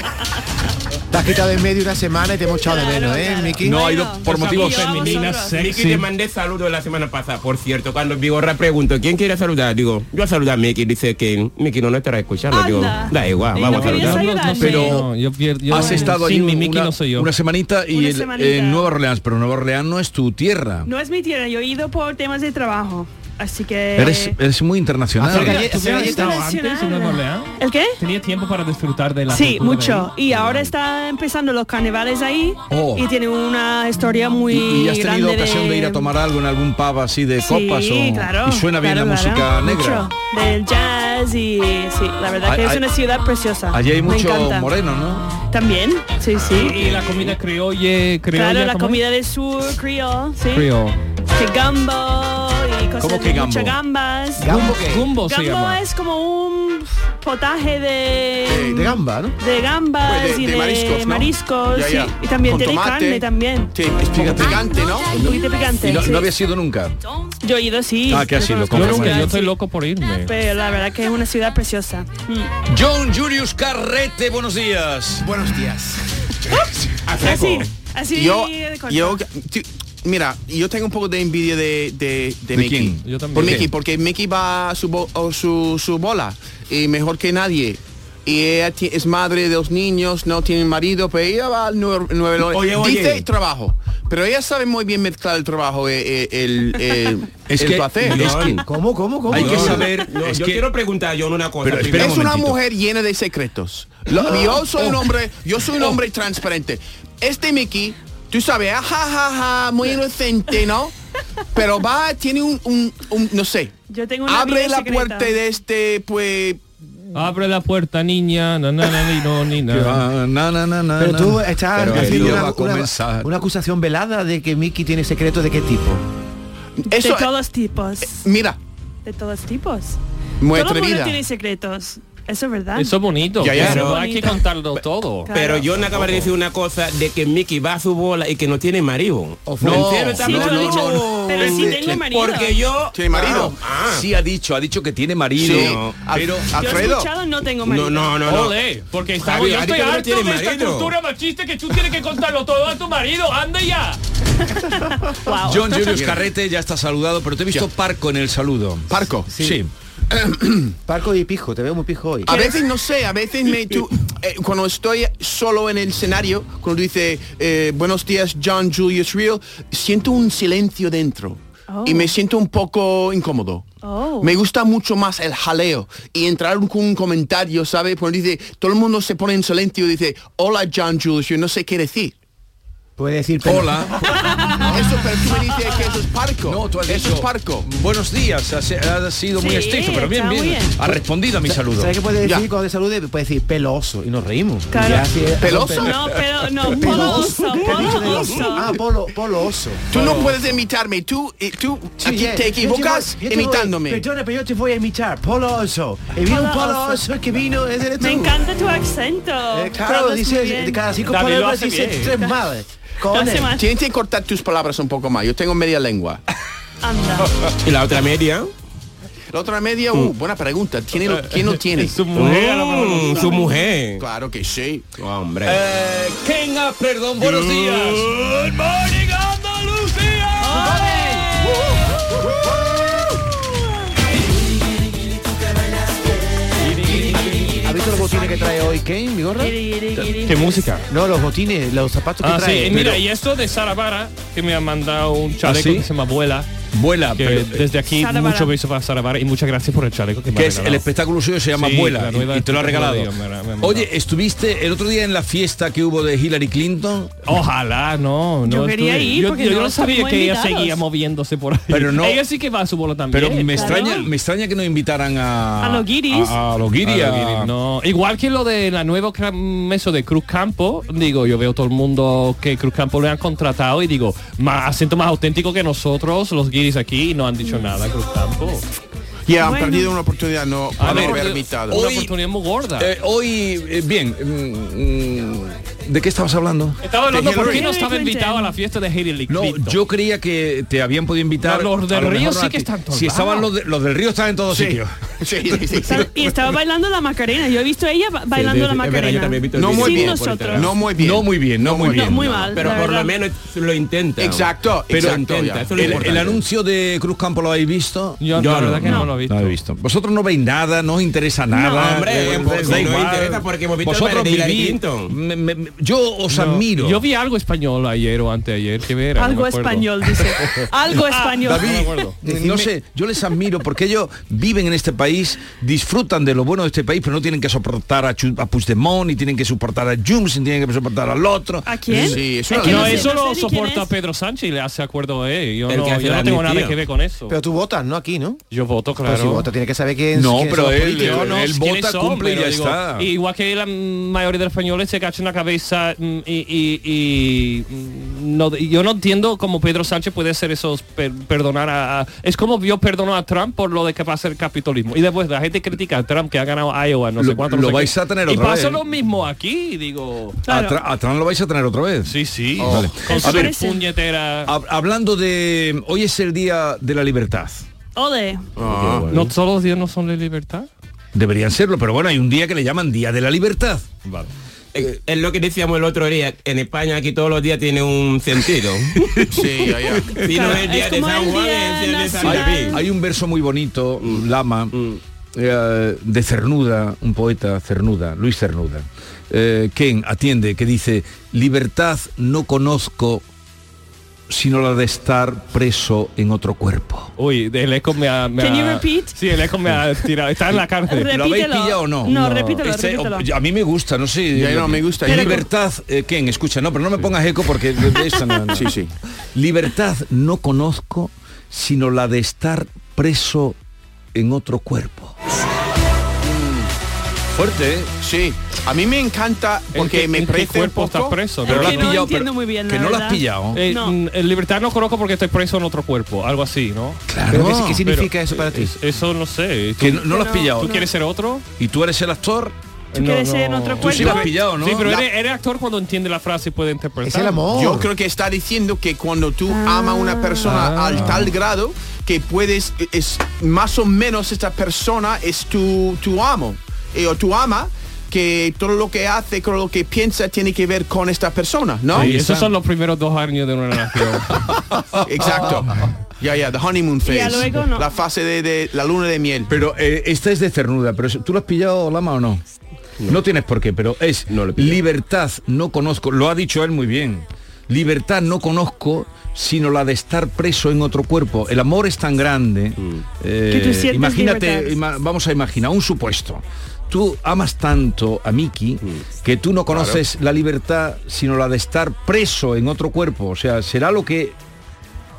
[SPEAKER 2] Te has quitado de en medio una semana y te hemos echado
[SPEAKER 5] Ah,
[SPEAKER 2] de menos, ¿eh,
[SPEAKER 3] Claro,
[SPEAKER 2] Miki?
[SPEAKER 1] No, ha ido
[SPEAKER 3] Bueno,
[SPEAKER 1] por
[SPEAKER 3] yo
[SPEAKER 1] motivos ¿eh?
[SPEAKER 3] a vosotros.
[SPEAKER 7] femeninas,
[SPEAKER 5] Miki,
[SPEAKER 7] sexy.
[SPEAKER 5] te mandé saludos la semana pasada. Por cierto, cuando Vigorra pregunto, ¿quién quiere saludar? Digo, yo a saludar a Miki. Dice que Miki no nos estará escuchando. Digo,
[SPEAKER 3] Anda.
[SPEAKER 5] da igual,
[SPEAKER 3] Y
[SPEAKER 5] vamos
[SPEAKER 3] no
[SPEAKER 5] a
[SPEAKER 3] quería
[SPEAKER 5] saludar.
[SPEAKER 3] salir. ayudarme.
[SPEAKER 7] pero yo pierdo. yo-
[SPEAKER 1] Has estado allí
[SPEAKER 7] sin mi
[SPEAKER 1] un-
[SPEAKER 7] Mickey
[SPEAKER 1] una,
[SPEAKER 7] no soy yo.
[SPEAKER 1] una semanita y
[SPEAKER 3] Una
[SPEAKER 1] el-
[SPEAKER 3] semanita.
[SPEAKER 1] en Nueva Orleans, pero Nueva Orleans no es tu tierra.
[SPEAKER 3] No es mi tierra, yo he ido por temas de trabajo. Así que...
[SPEAKER 1] Eres, eres muy
[SPEAKER 2] Acerca-
[SPEAKER 1] internacional.
[SPEAKER 2] Oye,
[SPEAKER 7] ¿Tú habías estado
[SPEAKER 3] internacional.
[SPEAKER 7] antes en Nueva Orleans?
[SPEAKER 3] ¿El qué?
[SPEAKER 7] ¿Tenías tiempo para disfrutar de la
[SPEAKER 3] Sí,
[SPEAKER 7] cultura
[SPEAKER 3] mucho.
[SPEAKER 7] de ahí?
[SPEAKER 3] Y ahora está empezando los carnavales ahí
[SPEAKER 1] Oh.
[SPEAKER 3] y tiene una historia muy
[SPEAKER 1] ¿Y, y has tenido
[SPEAKER 3] grande
[SPEAKER 1] ocasión de ir a tomar algo en algún pub así de copas
[SPEAKER 3] sí,
[SPEAKER 1] o-
[SPEAKER 3] claro,
[SPEAKER 1] y suena bien
[SPEAKER 3] claro,
[SPEAKER 1] la música
[SPEAKER 3] claro,
[SPEAKER 1] negra.
[SPEAKER 3] mucho. del jazz y sí, la verdad que
[SPEAKER 1] Ay,
[SPEAKER 3] es
[SPEAKER 1] ay.
[SPEAKER 3] una ciudad preciosa.
[SPEAKER 1] Allí hay
[SPEAKER 3] Me
[SPEAKER 1] mucho
[SPEAKER 3] encanta.
[SPEAKER 1] moreno, ¿no? Ah,
[SPEAKER 3] También, sí, sí.
[SPEAKER 7] Y la comida criolle, criolla.
[SPEAKER 3] Claro, la
[SPEAKER 7] ¿cómo es?
[SPEAKER 3] comida del sur, creole, sí.
[SPEAKER 7] Creole.
[SPEAKER 3] Que gambo y cosas
[SPEAKER 1] ¿Cómo que
[SPEAKER 3] de muchas
[SPEAKER 1] gambo?
[SPEAKER 3] gambas.
[SPEAKER 2] Gambo que-
[SPEAKER 7] Gumbo se
[SPEAKER 3] Gambo
[SPEAKER 7] llama.
[SPEAKER 3] es como un potaje de
[SPEAKER 2] De gamba, ¿no?
[SPEAKER 3] de gambas
[SPEAKER 6] Pues de-
[SPEAKER 3] y
[SPEAKER 6] de
[SPEAKER 3] de
[SPEAKER 6] mariscos, ¿no?
[SPEAKER 3] mariscos,
[SPEAKER 6] Ya,
[SPEAKER 3] sí.
[SPEAKER 6] ya.
[SPEAKER 3] y también
[SPEAKER 6] Con
[SPEAKER 3] tiene
[SPEAKER 6] tomate.
[SPEAKER 3] carne también. Ah,
[SPEAKER 6] Sí, es picante, ¿no?
[SPEAKER 3] Un poquito picante.
[SPEAKER 1] Y no,
[SPEAKER 3] sí.
[SPEAKER 1] no había sido nunca.
[SPEAKER 3] Yo he ido sí.
[SPEAKER 1] Ah, que ha
[SPEAKER 3] Yo
[SPEAKER 1] sido,
[SPEAKER 3] conozco
[SPEAKER 7] Yo
[SPEAKER 3] la
[SPEAKER 7] nunca,
[SPEAKER 3] ciudad,
[SPEAKER 7] yo estoy
[SPEAKER 3] sí.
[SPEAKER 7] loco por irme.
[SPEAKER 3] Pero la verdad que es una ciudad preciosa. Mm.
[SPEAKER 1] John Julius Carrete, buenos días.
[SPEAKER 6] Buenos días.
[SPEAKER 3] Así, así
[SPEAKER 6] Yo,
[SPEAKER 3] de corto.
[SPEAKER 6] yo, tú- mira, yo tengo un poco de envidia de, de, de,
[SPEAKER 1] ¿De
[SPEAKER 6] Mickey.
[SPEAKER 1] quién?
[SPEAKER 7] Yo también.
[SPEAKER 6] Por
[SPEAKER 7] ¿De
[SPEAKER 6] Mickey,
[SPEAKER 7] quién?
[SPEAKER 6] porque Mickey va a su, bo- o su, su bola y mejor que nadie. Y ella ti- es madre de dos niños, no tiene marido, pero ella va al nueve, nueve lo-
[SPEAKER 5] Oye, oye.
[SPEAKER 6] Dice trabajo, pero ella sabe muy bien mezclar el trabajo, eh, eh, el, eh,
[SPEAKER 1] Es
[SPEAKER 6] el
[SPEAKER 1] que-
[SPEAKER 6] placer.
[SPEAKER 1] es que-
[SPEAKER 2] ¿Cómo, cómo, cómo?
[SPEAKER 1] Hay que
[SPEAKER 5] No,
[SPEAKER 1] saber-
[SPEAKER 5] no,
[SPEAKER 1] es
[SPEAKER 5] yo
[SPEAKER 1] que-
[SPEAKER 5] quiero preguntar yo una cosa.
[SPEAKER 1] Pero
[SPEAKER 5] primero.
[SPEAKER 1] espera
[SPEAKER 6] es una
[SPEAKER 1] momentito.
[SPEAKER 6] mujer llena de secretos. Lo- yo soy un hombre, yo
[SPEAKER 1] Oh.
[SPEAKER 6] soy un hombre transparente. Este Mickey, tú sabes, ah, ja, ja, ja, muy inocente, ¿no? Pero va, tiene un, un- un- no sé.
[SPEAKER 3] Yo tengo una
[SPEAKER 6] Abre
[SPEAKER 3] vida
[SPEAKER 6] la
[SPEAKER 3] secreta.
[SPEAKER 6] puerta de este, pues.
[SPEAKER 7] Abre la puerta, niña. Na, na, na, ni, no, ni, na.
[SPEAKER 1] Ah, na, na, na, na,
[SPEAKER 2] Pero
[SPEAKER 1] na.
[SPEAKER 2] tú estás
[SPEAKER 1] Pero
[SPEAKER 2] haciendo
[SPEAKER 1] ello
[SPEAKER 2] una,
[SPEAKER 1] va a
[SPEAKER 2] una-
[SPEAKER 1] comenzar.
[SPEAKER 2] una acusación velada de que Miki tiene secretos de qué tipo.
[SPEAKER 6] Eso, eh,
[SPEAKER 3] de todos tipos.
[SPEAKER 6] mira,
[SPEAKER 3] De todos tipos.
[SPEAKER 6] muy
[SPEAKER 3] Todo el mundo
[SPEAKER 6] atrevida.
[SPEAKER 3] tiene secretos. Eso es verdad.
[SPEAKER 7] Eso es bonito.
[SPEAKER 6] Ya, ya.
[SPEAKER 7] pero
[SPEAKER 5] Eso es
[SPEAKER 7] hay que
[SPEAKER 3] ¿Ah? bonito.
[SPEAKER 7] contarlo todo.
[SPEAKER 3] Claro.
[SPEAKER 5] Pero yo no acabo de decir una cosa de que Mickey va a su bola y que no tiene marido.
[SPEAKER 1] No,
[SPEAKER 5] ¿En serio está
[SPEAKER 3] Sí,
[SPEAKER 5] hablando?
[SPEAKER 3] lo he dicho. Pero sí tengo marido.
[SPEAKER 5] Porque yo...
[SPEAKER 6] Tiene marido.
[SPEAKER 5] Ah,
[SPEAKER 1] Sí ha dicho, ha dicho que tiene marido.
[SPEAKER 6] Sí, Al-
[SPEAKER 1] Pero
[SPEAKER 3] Yo he
[SPEAKER 6] Alfredo.
[SPEAKER 3] escuchado no tengo marido.
[SPEAKER 5] no, no, no. no.
[SPEAKER 7] Ole, porque estamos,
[SPEAKER 5] Javi,
[SPEAKER 7] yo estoy
[SPEAKER 5] ahorita no
[SPEAKER 7] harto
[SPEAKER 5] tiene
[SPEAKER 7] de esta
[SPEAKER 5] marido.
[SPEAKER 7] cultura machista que tú tienes que contarlo todo a tu marido. Anda ya.
[SPEAKER 3] Wow.
[SPEAKER 1] John Julius Carrete ya está saludado, pero te he visto parco en el saludo.
[SPEAKER 6] Parco.
[SPEAKER 1] Sí.
[SPEAKER 2] Parco y pijo, te veo muy pijo hoy.
[SPEAKER 6] A veces no sé, a veces me tú, eh, cuando estoy solo en el escenario, cuando dice eh, buenos días John Julius Real, siento un silencio dentro
[SPEAKER 3] Oh.
[SPEAKER 6] y me siento un poco incómodo.
[SPEAKER 3] Oh.
[SPEAKER 6] Me gusta mucho más el jaleo y entrar con un comentario, ¿sabes? Cuando dice, todo el mundo se pone en silencio y dice, hola John Julius, yo no sé qué decir.
[SPEAKER 2] Puede decir pero-
[SPEAKER 1] Hola.
[SPEAKER 6] Eso, pero tú me dices que eso es parco.
[SPEAKER 1] No, tú has
[SPEAKER 6] eso
[SPEAKER 1] dicho,
[SPEAKER 6] es parco.
[SPEAKER 1] Buenos días. Ha, se- ha sido muy
[SPEAKER 3] Sí,
[SPEAKER 1] estricto, pero bien,
[SPEAKER 3] está
[SPEAKER 1] bien,
[SPEAKER 3] muy bien.
[SPEAKER 1] Ha respondido a mi saludo.
[SPEAKER 2] ¿Sabes qué puede decir
[SPEAKER 6] Ya.
[SPEAKER 2] cuando te salude? Puede decir peloso y nos reímos.
[SPEAKER 3] Claro.
[SPEAKER 2] Ya, sí, es-
[SPEAKER 6] ¿Peloso?
[SPEAKER 3] No, pero no, polo
[SPEAKER 2] Peloso.
[SPEAKER 3] oso,
[SPEAKER 2] ¿Qué has dicho de
[SPEAKER 3] polo
[SPEAKER 2] oso?
[SPEAKER 3] oso.
[SPEAKER 2] Ah, polo, polo oso.
[SPEAKER 6] Tú no puedes imitarme, tú, eh, tú
[SPEAKER 2] Sí,
[SPEAKER 6] aquí
[SPEAKER 2] yeah.
[SPEAKER 6] te
[SPEAKER 2] Yo voy-
[SPEAKER 6] equivocas
[SPEAKER 2] yo te voy-
[SPEAKER 6] imitándome.
[SPEAKER 2] Perdona, pero yo te voy a imitar. Polo oso. Y vino un
[SPEAKER 3] Polo
[SPEAKER 2] polo
[SPEAKER 3] oso.
[SPEAKER 2] oso que vino, ese eres
[SPEAKER 3] Me
[SPEAKER 2] tú.
[SPEAKER 3] encanta tu acento.
[SPEAKER 2] Eh, claro,
[SPEAKER 3] Hablas muy
[SPEAKER 2] dice,
[SPEAKER 3] bien.
[SPEAKER 2] de cada cinco
[SPEAKER 7] David lo
[SPEAKER 2] palabras
[SPEAKER 7] hace
[SPEAKER 2] dice
[SPEAKER 7] bien.
[SPEAKER 2] tres males.
[SPEAKER 3] Lo
[SPEAKER 2] Con
[SPEAKER 3] hace
[SPEAKER 2] él.
[SPEAKER 3] mal.
[SPEAKER 6] Tienes que cortar tus palabras un poco más. Yo tengo media lengua.
[SPEAKER 3] Anda.
[SPEAKER 5] Y la otra media.
[SPEAKER 6] La otra media, uh, buena pregunta. ¿Tiene lo- ¿Quién lo tiene?
[SPEAKER 4] Su mujer, a lo mejor no
[SPEAKER 5] Mm,
[SPEAKER 4] sabe.
[SPEAKER 5] su mujer.
[SPEAKER 6] Claro que sí.
[SPEAKER 5] Hombre.
[SPEAKER 4] Eh, Ken Up, perdón, buenos días. Good morning, Andalucía.
[SPEAKER 2] ¿Has visto los botines que trae hoy Kane, mi gorra?
[SPEAKER 4] ¿Qué música?
[SPEAKER 2] No, los botines, los zapatos que
[SPEAKER 4] Ah, sí,
[SPEAKER 2] trae.
[SPEAKER 4] y mira,
[SPEAKER 2] Pero-
[SPEAKER 4] y esto de Sara Vara, que me ha mandado un chaleco
[SPEAKER 1] sí?
[SPEAKER 4] que se llama Abuela.
[SPEAKER 1] Vuela,
[SPEAKER 4] Que
[SPEAKER 1] pero, eh,
[SPEAKER 4] desde aquí
[SPEAKER 3] Sara Vara.
[SPEAKER 4] mucho beso para Sara Vara y muchas gracias por el chaleco que me
[SPEAKER 1] que
[SPEAKER 4] ha
[SPEAKER 1] es el
[SPEAKER 4] regalado.
[SPEAKER 1] espectáculo suyo se llama
[SPEAKER 4] Sí,
[SPEAKER 1] Vuela
[SPEAKER 4] la nueva
[SPEAKER 1] y, y te lo ha regalado.
[SPEAKER 4] espectáculo de ellos, me la- me ha
[SPEAKER 1] Oye, estuviste el otro día en la fiesta que hubo de Hillary Clinton,
[SPEAKER 4] Ojalá, no, no
[SPEAKER 3] Yo quería
[SPEAKER 4] estuve-
[SPEAKER 3] ir
[SPEAKER 4] Yo,
[SPEAKER 3] porque
[SPEAKER 4] yo
[SPEAKER 3] no
[SPEAKER 4] no sabía
[SPEAKER 3] estamos
[SPEAKER 4] que ella
[SPEAKER 3] invitados.
[SPEAKER 4] seguía moviéndose por ahí.
[SPEAKER 1] Pero no-
[SPEAKER 4] Ella sí que va a su bolo también.
[SPEAKER 1] pero me
[SPEAKER 3] claro.
[SPEAKER 1] extraña, me extraña que no invitaran a
[SPEAKER 3] A los guiris.
[SPEAKER 1] A, a los guiris,
[SPEAKER 4] Claro,
[SPEAKER 1] a-
[SPEAKER 4] Guiri, no. Igual que lo de la nueva cra- meso de Cruz Campo, digo, yo veo todo el mundo que Cruz Campo le han contratado y digo, más acento más auténtico que nosotros, los guiris aquí, y no han dicho nada, Cruz Campo.
[SPEAKER 6] Y han
[SPEAKER 3] Bueno.
[SPEAKER 6] perdido una oportunidad no
[SPEAKER 4] A
[SPEAKER 6] para no
[SPEAKER 4] ver,
[SPEAKER 6] haber
[SPEAKER 4] eh,
[SPEAKER 6] invitado.
[SPEAKER 4] Una
[SPEAKER 1] Hoy-
[SPEAKER 4] oportunidad muy gorda.
[SPEAKER 1] Eh, hoy, eh, bien, mm, mm, ¿de qué estabas hablando?
[SPEAKER 4] estaba hablando
[SPEAKER 6] de
[SPEAKER 4] por qué
[SPEAKER 6] Hillary
[SPEAKER 4] no estaba
[SPEAKER 3] Clinton.
[SPEAKER 4] invitado a la fiesta de Hillary
[SPEAKER 1] No,
[SPEAKER 4] Clinton.
[SPEAKER 1] yo creía que te habían podido invitar.
[SPEAKER 4] No, los del
[SPEAKER 1] a lo
[SPEAKER 4] Río
[SPEAKER 1] mejor
[SPEAKER 4] sí
[SPEAKER 1] no a
[SPEAKER 4] que
[SPEAKER 1] ti.
[SPEAKER 4] están todos
[SPEAKER 1] Si estaban
[SPEAKER 4] lados.
[SPEAKER 1] los, de- los del río estaban en todos
[SPEAKER 6] Sí.
[SPEAKER 1] sitios.
[SPEAKER 6] Sí, sí, sí, sí.
[SPEAKER 3] Y estaba bailando la Macarena. Yo he visto a ella ba- bailando la
[SPEAKER 5] Es verdad, yo
[SPEAKER 3] Macarena.
[SPEAKER 5] también he visto el
[SPEAKER 6] No
[SPEAKER 5] vídeo
[SPEAKER 6] muy
[SPEAKER 3] Sin
[SPEAKER 5] por
[SPEAKER 6] bien.
[SPEAKER 3] nosotros.
[SPEAKER 5] Instagram.
[SPEAKER 6] No muy bien.
[SPEAKER 1] No muy bien, no, muy bien.
[SPEAKER 3] No, muy mal.
[SPEAKER 5] Pero
[SPEAKER 3] la
[SPEAKER 5] por lo
[SPEAKER 3] verdad.
[SPEAKER 5] menos lo intenta.
[SPEAKER 6] Exacto,
[SPEAKER 5] Pero
[SPEAKER 6] exacto,
[SPEAKER 5] intenta, eso
[SPEAKER 6] ya.
[SPEAKER 5] es lo
[SPEAKER 1] El, el
[SPEAKER 5] importante.
[SPEAKER 1] anuncio de Cruz Campo lo habéis visto.
[SPEAKER 4] Yo,
[SPEAKER 5] yo
[SPEAKER 4] la
[SPEAKER 5] no, Ah,
[SPEAKER 4] verdad que no,
[SPEAKER 3] no.
[SPEAKER 4] lo he visto.
[SPEAKER 1] No lo he visto. Vosotros no veis nada, no os interesa nada.
[SPEAKER 5] hombre,
[SPEAKER 1] eh,
[SPEAKER 5] porque
[SPEAKER 1] da
[SPEAKER 5] no
[SPEAKER 1] igual.
[SPEAKER 5] pues, interesa, porque hemos visto el
[SPEAKER 1] Vosotros
[SPEAKER 5] baile de Hillary
[SPEAKER 1] vivís-
[SPEAKER 5] Clinton.
[SPEAKER 1] me- me- me- yo os
[SPEAKER 4] No.
[SPEAKER 1] admiro.
[SPEAKER 4] Yo vi algo español ayer o anteayer, que ver.
[SPEAKER 3] Algo español, dice.
[SPEAKER 6] Ah,
[SPEAKER 3] Algo
[SPEAKER 1] Ah,
[SPEAKER 3] español.
[SPEAKER 1] No sé, yo les admiro porque ellos viven en este país, disfrutan de lo bueno de este país, pero no tienen que soportar a, Chu- a Puigdemont, ni tienen que soportar a Junts, ni tienen que soportar al otro.
[SPEAKER 3] ¿A quién?
[SPEAKER 6] Sí, eso
[SPEAKER 3] Es
[SPEAKER 6] no-
[SPEAKER 3] que
[SPEAKER 4] No,
[SPEAKER 3] sé-
[SPEAKER 4] eso
[SPEAKER 3] no
[SPEAKER 4] lo
[SPEAKER 3] sé ni quién
[SPEAKER 4] soporta
[SPEAKER 3] es.
[SPEAKER 4] Pedro Sánchez y le hace acuerdo a él. Yo
[SPEAKER 5] El
[SPEAKER 4] no,
[SPEAKER 5] que hace
[SPEAKER 4] yo
[SPEAKER 5] la
[SPEAKER 4] no tengo nada
[SPEAKER 5] amnistía.
[SPEAKER 4] que ver con eso.
[SPEAKER 2] Pero tú votas, ¿no? Aquí, ¿no?
[SPEAKER 4] Yo voto,
[SPEAKER 2] Pero pues, si
[SPEAKER 4] claro.
[SPEAKER 2] vota, tiene que saber quién
[SPEAKER 1] No,
[SPEAKER 2] quiénes
[SPEAKER 1] pero
[SPEAKER 2] son los
[SPEAKER 1] él-
[SPEAKER 2] políticos.
[SPEAKER 4] Yo
[SPEAKER 1] él
[SPEAKER 4] no sé
[SPEAKER 1] vota,
[SPEAKER 4] quiénes son,
[SPEAKER 1] cumple y
[SPEAKER 4] pero
[SPEAKER 1] ya está.
[SPEAKER 4] Igual que la mayoría de los españoles se cachan la cabeza mm, y, y- y, mm, no, yo no entiendo cómo Pedro Sánchez puede hacer esos per- perdonar a, a- Es como yo perdono a Trump por lo de que pasa el capitalismo. Y después la gente critica a Trump que ha ganado Iowa, no
[SPEAKER 1] Lo-
[SPEAKER 4] sé cuánto. no
[SPEAKER 1] lo
[SPEAKER 4] sé qué.
[SPEAKER 1] vais a tener
[SPEAKER 4] Y
[SPEAKER 1] otra
[SPEAKER 4] pasa
[SPEAKER 1] vez.
[SPEAKER 4] lo mismo aquí, digo.
[SPEAKER 1] A
[SPEAKER 3] Claro.
[SPEAKER 1] Tra- a Trump lo vais a tener otra vez.
[SPEAKER 4] Sí, sí.
[SPEAKER 1] Vale.
[SPEAKER 4] Con
[SPEAKER 3] A
[SPEAKER 4] su
[SPEAKER 3] ver.
[SPEAKER 4] puñetera.
[SPEAKER 1] Hab- hablando de... Hoy es el Día de la Libertad.
[SPEAKER 3] Ole.
[SPEAKER 1] Ah.
[SPEAKER 4] No todos los días no son de libertad.
[SPEAKER 1] Deberían serlo, pero bueno, hay un día que le llaman Día de la Libertad.
[SPEAKER 5] Eh, Es es lo que decíamos el otro día. En España aquí todos los días tiene un sentido.
[SPEAKER 6] Sí, allá.
[SPEAKER 5] Si no
[SPEAKER 3] Claro,
[SPEAKER 5] es el día
[SPEAKER 3] es
[SPEAKER 5] de
[SPEAKER 3] como
[SPEAKER 5] San
[SPEAKER 3] el
[SPEAKER 5] Juan,
[SPEAKER 3] día
[SPEAKER 5] es el día de San
[SPEAKER 3] nacional. Mm.
[SPEAKER 5] Pepín.
[SPEAKER 1] Hay un verso muy bonito, Lama, eh, de Cernuda, un poeta Cernuda, Luis Cernuda, eh, quien atiende, que dice, libertad no conozco sino la de estar preso en otro cuerpo.
[SPEAKER 4] Uy, el eco me ha... me
[SPEAKER 3] Can you
[SPEAKER 4] ha-
[SPEAKER 3] repeat?
[SPEAKER 4] Sí, el eco me ha tirado. Está en la cárcel.
[SPEAKER 3] Repítelo.
[SPEAKER 1] ¿Lo habéis pillado o no?
[SPEAKER 3] No, repítelo,
[SPEAKER 1] Este,
[SPEAKER 3] repítelo.
[SPEAKER 1] o- a mí me gusta, no sé.
[SPEAKER 6] Ya no me gusta. Pero-
[SPEAKER 1] Libertad, eh, Ken, escucha, no, pero no me pongas eco porque de- de esa no- no.
[SPEAKER 6] Sí, sí.
[SPEAKER 1] Libertad no conozco sino la de estar preso en otro cuerpo. Fuerte, ¿eh?
[SPEAKER 6] Sí, a mí me eanta
[SPEAKER 4] ¿En
[SPEAKER 6] porque
[SPEAKER 4] qué-
[SPEAKER 6] me
[SPEAKER 4] en qué
[SPEAKER 6] parece un
[SPEAKER 4] cuerpo está
[SPEAKER 6] poco.
[SPEAKER 4] preso.
[SPEAKER 3] Es
[SPEAKER 1] lo
[SPEAKER 3] que
[SPEAKER 1] has
[SPEAKER 3] no
[SPEAKER 1] pillado,
[SPEAKER 3] entiendo
[SPEAKER 1] pero-
[SPEAKER 3] muy bien, la
[SPEAKER 1] que no lo has
[SPEAKER 3] verdad.
[SPEAKER 1] pillado.
[SPEAKER 4] Eh,
[SPEAKER 3] No.
[SPEAKER 4] mm, El libertad no conozco porque estoy preso en otro cuerpo. Algo así, ¿no?
[SPEAKER 2] Pero ¿qué-
[SPEAKER 1] Claro.
[SPEAKER 2] ¿Qué significa eso para ti?
[SPEAKER 4] Es- eso no sé. ¿Tú,
[SPEAKER 1] Que no, no lo has pillado.
[SPEAKER 4] ¿tú quieres ser otro?
[SPEAKER 1] ¿Y tú eres el actor?
[SPEAKER 3] ¿Tú quieres ser en otro
[SPEAKER 1] Tú sí lo has
[SPEAKER 3] cuerpo?
[SPEAKER 1] pillado, ¿no?
[SPEAKER 4] Sí, pero
[SPEAKER 1] La-
[SPEAKER 4] eres, eres actor cuando entiende la frase y puede interpretar.
[SPEAKER 2] Es el amor.
[SPEAKER 6] Yo creo que está diciendo que cuando tú
[SPEAKER 3] Ah.
[SPEAKER 6] ama a una persona al tal grado que puedes, es más o menos esta persona es tu, tu amo eh, o tu ama, que todo lo que hace, todo lo que piensa tiene que ver con esta persona, ¿no?
[SPEAKER 4] Sí, esos son los primeros dos años de una relación.
[SPEAKER 6] Exacto.
[SPEAKER 4] Ah.
[SPEAKER 6] Ya, ya, the honeymoon phase.
[SPEAKER 3] Ya luego no.
[SPEAKER 6] La fase de, de la luna de miel.
[SPEAKER 1] Pero eh, esta es de cernuda, pero es- ¿tú lo has pillado, Lama, o no? No, tienes por qué, pero es
[SPEAKER 5] No lo he pillado.
[SPEAKER 1] libertad no conozco, lo ha dicho él muy bien, libertad no conozco sino la de estar preso en otro cuerpo. El amor es tan grande.
[SPEAKER 6] Mm.
[SPEAKER 1] eh,
[SPEAKER 3] Que tú sientes
[SPEAKER 1] imagínate,
[SPEAKER 3] libertad.
[SPEAKER 1] ima- vamos a imaginar un supuesto. Tú amas tanto a Miki
[SPEAKER 6] Mm.
[SPEAKER 1] que tú no conoces la libertad sino la de estar preso en otro cuerpo. O sea, será lo que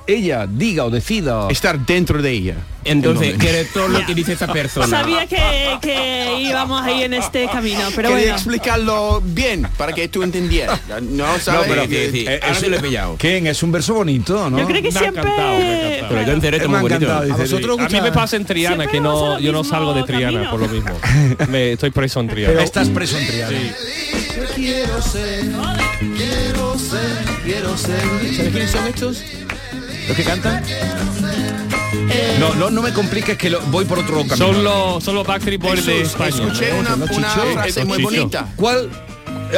[SPEAKER 1] ella diga o decida.
[SPEAKER 6] Estar dentro de ella.
[SPEAKER 5] Entonces,
[SPEAKER 6] El nombre.
[SPEAKER 5] quiere todo lo que dice esa persona.
[SPEAKER 3] Sabía que, que íbamos ahí en este camino, pero
[SPEAKER 6] Quería
[SPEAKER 3] bueno.
[SPEAKER 6] explicarlo bien para que tú entendieras. No sabes.
[SPEAKER 5] pero
[SPEAKER 6] Eh,
[SPEAKER 5] sí, sí.
[SPEAKER 6] eh,
[SPEAKER 5] ahora sí lo he pillado.
[SPEAKER 1] Ken, es un verso bonito, ¿no?
[SPEAKER 3] Yo creo que
[SPEAKER 4] Me ha encantado,
[SPEAKER 1] ¿eh?
[SPEAKER 4] me ha
[SPEAKER 3] siempre...
[SPEAKER 4] encantado.
[SPEAKER 5] Pero yo enteré esto muy
[SPEAKER 1] Me ha
[SPEAKER 5] bonito.
[SPEAKER 1] encantado,
[SPEAKER 5] A
[SPEAKER 1] dice,
[SPEAKER 5] vosotros-
[SPEAKER 4] A mí me pasa en Triana,
[SPEAKER 3] Siempre
[SPEAKER 4] que
[SPEAKER 3] vamos a
[SPEAKER 4] no,
[SPEAKER 3] lo
[SPEAKER 4] yo no
[SPEAKER 3] mismo
[SPEAKER 4] salgo de Triana
[SPEAKER 3] camino.
[SPEAKER 4] por lo mismo. Me, estoy preso en Triana.
[SPEAKER 1] Estás preso en Triana.
[SPEAKER 6] ¿Sabes quiénes son estos?
[SPEAKER 1] ¿Los que cantan? No, no, no me compliques que lo- voy por otro camino.
[SPEAKER 4] Son los, son los Backstreet Boys de
[SPEAKER 6] Jesús,
[SPEAKER 4] España.
[SPEAKER 6] escuché
[SPEAKER 1] ¿no?
[SPEAKER 6] una,
[SPEAKER 1] Los
[SPEAKER 6] una
[SPEAKER 1] chichos.
[SPEAKER 6] frase muy
[SPEAKER 4] Los chichos.
[SPEAKER 6] bonita.
[SPEAKER 1] ¿Cuál?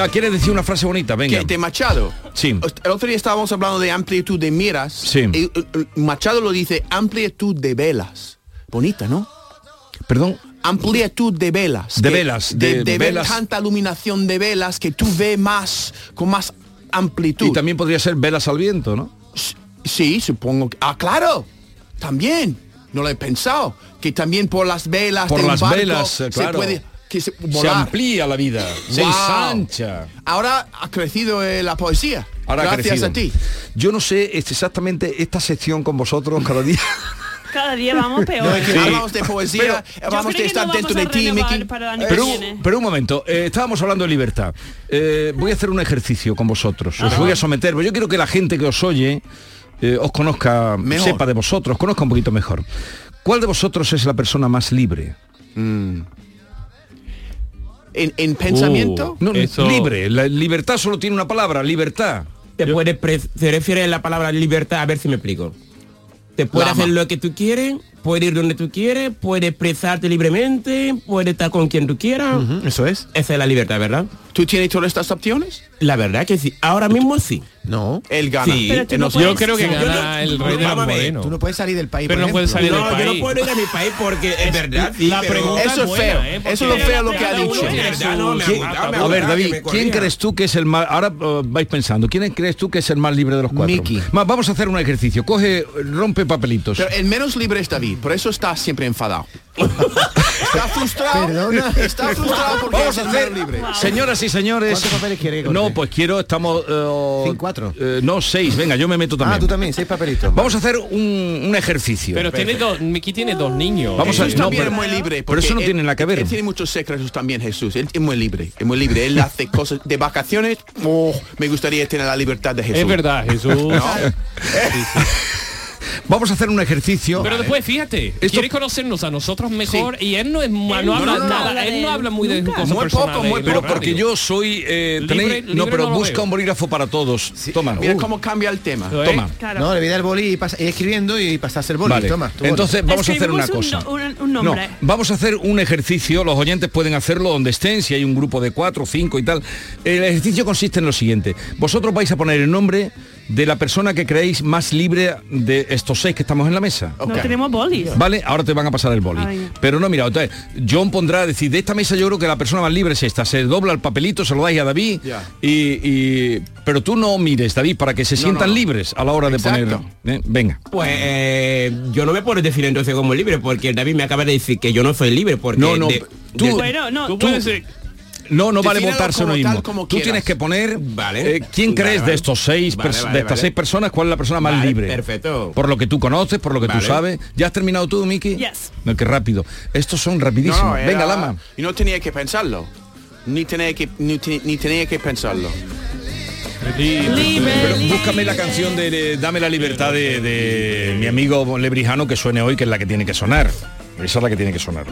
[SPEAKER 1] Ah, ¿Quieres decir una frase bonita? Venga.
[SPEAKER 6] Que de Machado.
[SPEAKER 1] Sí.
[SPEAKER 6] El otro día estábamos hablando de amplitud de miras.
[SPEAKER 1] Sí.
[SPEAKER 6] Y, eh, eh, Machado lo dice amplitud de velas. Bonita, ¿no?
[SPEAKER 1] Perdón.
[SPEAKER 6] Amplitud de velas.
[SPEAKER 1] De
[SPEAKER 6] Que-
[SPEAKER 1] velas,
[SPEAKER 6] De,
[SPEAKER 1] de-
[SPEAKER 6] de ver
[SPEAKER 1] velas.
[SPEAKER 6] tanta iluminación de velas que tú ves más, con más amplitud.
[SPEAKER 1] Y también podría ser velas al viento, ¿no?
[SPEAKER 6] S- Sí, supongo. que- Ah, claro. También. No lo he pensado. Que también por las velas
[SPEAKER 1] Por
[SPEAKER 6] de un
[SPEAKER 1] las
[SPEAKER 6] barco
[SPEAKER 1] velas, eh, claro.
[SPEAKER 6] se puede que se,
[SPEAKER 1] Se
[SPEAKER 6] volar.
[SPEAKER 1] amplía la vida, se
[SPEAKER 6] Wow.
[SPEAKER 1] ensancha.
[SPEAKER 6] Ahora ha crecido eh, la poesía.
[SPEAKER 1] Ahora ha
[SPEAKER 6] Gracias
[SPEAKER 1] crecido.
[SPEAKER 6] a ti.
[SPEAKER 1] Yo no sé este, exactamente esta sección con vosotros cada día.
[SPEAKER 3] Cada día vamos peor.
[SPEAKER 6] No, eh, es que
[SPEAKER 3] Yo
[SPEAKER 6] hablamos de poesía, hablamos
[SPEAKER 3] creo
[SPEAKER 6] de
[SPEAKER 3] que
[SPEAKER 6] estar
[SPEAKER 3] no
[SPEAKER 6] dentro de
[SPEAKER 3] vamos a
[SPEAKER 6] ti,
[SPEAKER 3] renovar
[SPEAKER 6] Miki.
[SPEAKER 3] para el año que
[SPEAKER 1] Pero,
[SPEAKER 3] viene.
[SPEAKER 1] pero un momento, eh, estábamos hablando de libertad. Eh, voy a hacer un ejercicio con vosotros. Os voy a someter, porque yo quiero que la gente que os oye eh, os conozca,
[SPEAKER 6] Mejor.
[SPEAKER 1] sepa de vosotros, os conozca un poquito mejor. ¿Cuál de vosotros es la persona más libre?
[SPEAKER 6] En, en pensamiento,
[SPEAKER 1] No,
[SPEAKER 4] Eso-
[SPEAKER 1] libre. La libertad solo tiene una palabra, libertad.
[SPEAKER 5] Te puede pre- se refiere a la palabra libertad, a ver si me explico. Te puede
[SPEAKER 6] Lama.
[SPEAKER 5] hacer lo que tú quieres, puede ir donde tú quieres, puede expresarte libremente, puede estar con quien tú quieras.
[SPEAKER 2] Ujú, Eso es.
[SPEAKER 5] Esa es la libertad, ¿verdad?
[SPEAKER 6] ¿tú tienes todas estas opciones?
[SPEAKER 5] La verdad que sí. Ahora mismo sí.
[SPEAKER 2] No.
[SPEAKER 6] Él gana.
[SPEAKER 5] Sí.
[SPEAKER 3] Pero tú
[SPEAKER 6] En
[SPEAKER 3] no
[SPEAKER 6] los-
[SPEAKER 3] puedes-
[SPEAKER 4] Yo creo que
[SPEAKER 3] Yo no-
[SPEAKER 4] gana el rey de los
[SPEAKER 5] Vamos a ver,
[SPEAKER 2] Tú no
[SPEAKER 4] morenos.
[SPEAKER 2] puedes salir del país.
[SPEAKER 4] Pero
[SPEAKER 2] por
[SPEAKER 4] no puedes
[SPEAKER 2] ejemplo.
[SPEAKER 4] salir del
[SPEAKER 5] No, yo no
[SPEAKER 4] país.
[SPEAKER 5] puedo ir a mi país porque es verdad. sí,
[SPEAKER 4] la
[SPEAKER 5] pero-
[SPEAKER 4] pregunta
[SPEAKER 6] Eso es
[SPEAKER 4] buena,
[SPEAKER 6] feo.
[SPEAKER 4] ¿eh?
[SPEAKER 6] Eso es lo
[SPEAKER 4] Porque
[SPEAKER 6] feo lo que
[SPEAKER 4] cada
[SPEAKER 6] ha
[SPEAKER 4] uno
[SPEAKER 6] dicho.
[SPEAKER 4] tiene
[SPEAKER 5] Ya, no, me
[SPEAKER 4] sus-
[SPEAKER 5] gusta.
[SPEAKER 4] Ah,
[SPEAKER 5] Me
[SPEAKER 1] A
[SPEAKER 5] gusta.
[SPEAKER 1] ver,
[SPEAKER 5] que
[SPEAKER 1] David,
[SPEAKER 5] me
[SPEAKER 1] ¿quién
[SPEAKER 5] corría.
[SPEAKER 1] crees tú que es el más... Ahora eh, vais pensando, ¿quién crees tú que es el más libre de los cuatro?
[SPEAKER 2] Miki.
[SPEAKER 1] Ma, Vamos a hacer un ejercicio. Coge, rompe papelitos.
[SPEAKER 6] Pero el menos libre es David, por eso está siempre enfadado. está frustrado.
[SPEAKER 2] Perdona.
[SPEAKER 6] Está frustrado porque es
[SPEAKER 1] Vamos a
[SPEAKER 6] el
[SPEAKER 1] hacer,
[SPEAKER 6] menos libre.
[SPEAKER 1] señoras y señores.
[SPEAKER 2] ¿Cuántos papeles quiere que corte?
[SPEAKER 1] No, pues quiero, estamos... eh,
[SPEAKER 2] Cinco, cuatro.
[SPEAKER 1] eh, no, seis, venga, yo me meto también.
[SPEAKER 2] Ah, tú también, seis papelitos.
[SPEAKER 1] Vamos a hacer un, un ejercicio.
[SPEAKER 4] Pero tiene dos, Miki tiene dos niños.
[SPEAKER 1] Vamos a-
[SPEAKER 6] Jesús
[SPEAKER 1] no,
[SPEAKER 6] también
[SPEAKER 1] pero-
[SPEAKER 6] es muy libre.
[SPEAKER 1] pero eso no
[SPEAKER 6] porque
[SPEAKER 1] tiene nada que ver.
[SPEAKER 6] Él tiene muchos secretos también, Jesús. Él es muy libre. Es muy libre. Él hace cosas de vacaciones. oh, me gustaría tener la libertad de Jesús.
[SPEAKER 4] Es verdad, Jesús.
[SPEAKER 1] Vamos a hacer un ejercicio.
[SPEAKER 4] Pero después, fíjate, quiere conocernos a nosotros mejor y él no es mu-
[SPEAKER 3] Él
[SPEAKER 4] no habla
[SPEAKER 3] no, no, no.
[SPEAKER 4] nada,
[SPEAKER 3] habla de
[SPEAKER 4] él no
[SPEAKER 3] él.
[SPEAKER 4] habla muy de
[SPEAKER 3] Nunca.
[SPEAKER 4] cosas
[SPEAKER 6] Muy poco,
[SPEAKER 4] personales
[SPEAKER 6] muy
[SPEAKER 4] en la
[SPEAKER 1] Pero
[SPEAKER 4] radio.
[SPEAKER 1] porque yo soy... eh,
[SPEAKER 4] Libre-
[SPEAKER 1] tenéis- no,
[SPEAKER 4] libre
[SPEAKER 1] pero
[SPEAKER 4] no lo
[SPEAKER 1] busca
[SPEAKER 4] veo.
[SPEAKER 1] un bolígrafo para todos. Toma.
[SPEAKER 6] Mira
[SPEAKER 1] Uh,
[SPEAKER 6] cómo cambia el tema.
[SPEAKER 4] ¿Eh?
[SPEAKER 1] toma.
[SPEAKER 3] Claro.
[SPEAKER 2] No, le voy a dar el boli y pasa, y escribiendo y pasas el boli.
[SPEAKER 1] Vale.
[SPEAKER 2] Toma. tu boli.
[SPEAKER 1] Entonces vamos a hacer una
[SPEAKER 3] Escribimos
[SPEAKER 1] cosa.
[SPEAKER 3] un no- un- un nombre.
[SPEAKER 1] No, vamos a hacer un ejercicio, los oyentes pueden hacerlo donde estén, si hay un grupo de cuatro, cinco y tal. El ejercicio consiste en lo siguiente. Vosotros vais a poner el nombre de la persona que creéis más libre de estos seis que estamos en la mesa.
[SPEAKER 6] Ok.
[SPEAKER 3] No tenemos bolis.
[SPEAKER 1] Vale, ahora te van a pasar el boli.
[SPEAKER 3] Ah, venga.
[SPEAKER 1] Pero no, mira, entonces, John pondrá, decir, de esta mesa yo creo que la persona más libre es esta. Se dobla el papelito, se lo dais a David.
[SPEAKER 6] Ya.
[SPEAKER 1] Y, y- pero tú no mires, David, para que se sientan
[SPEAKER 6] no.
[SPEAKER 1] libres a la hora de
[SPEAKER 6] Exacto.
[SPEAKER 1] poner. ¿eh? Venga.
[SPEAKER 5] Pues eh, yo no me puedo decir entonces como libre porque el David me acaba de decir que yo no soy libre porque
[SPEAKER 1] No, no,
[SPEAKER 5] de-
[SPEAKER 1] tú-
[SPEAKER 5] de-
[SPEAKER 3] Bueno, no.
[SPEAKER 4] Tú puedes ser-
[SPEAKER 1] No, no vale
[SPEAKER 6] Defínalo
[SPEAKER 1] votarse uno
[SPEAKER 6] como tal,
[SPEAKER 1] mismo.
[SPEAKER 6] como
[SPEAKER 1] Tú
[SPEAKER 6] quieras.
[SPEAKER 1] tienes que poner
[SPEAKER 5] Vale.
[SPEAKER 1] eh,
[SPEAKER 5] Vale,
[SPEAKER 1] quién crees
[SPEAKER 5] vale.
[SPEAKER 1] de estos seis
[SPEAKER 5] Vale,
[SPEAKER 1] pers-
[SPEAKER 5] vale,
[SPEAKER 1] de estas
[SPEAKER 5] vale.
[SPEAKER 1] seis personas cuál es la persona más
[SPEAKER 5] Vale,
[SPEAKER 1] libre.
[SPEAKER 5] perfecto.
[SPEAKER 1] Por lo que tú conoces, por lo que tú
[SPEAKER 5] Vale.
[SPEAKER 1] sabes. ¿Ya has terminado tú, Miki?
[SPEAKER 3] Yes.
[SPEAKER 1] No, qué rápido. Estos son rapidísimos.
[SPEAKER 6] No, era-
[SPEAKER 1] Venga, Lama.
[SPEAKER 6] Y no tenía que pensarlo. Ni tenía que, ni, te- ni tenía que pensarlo.
[SPEAKER 3] Libre,
[SPEAKER 1] Pero
[SPEAKER 3] libre.
[SPEAKER 1] búscame la canción de, de Dame la libertad de, de mi amigo Lebrijano que suene hoy, que es la que tiene que sonar. Esa es la que tiene que sonar.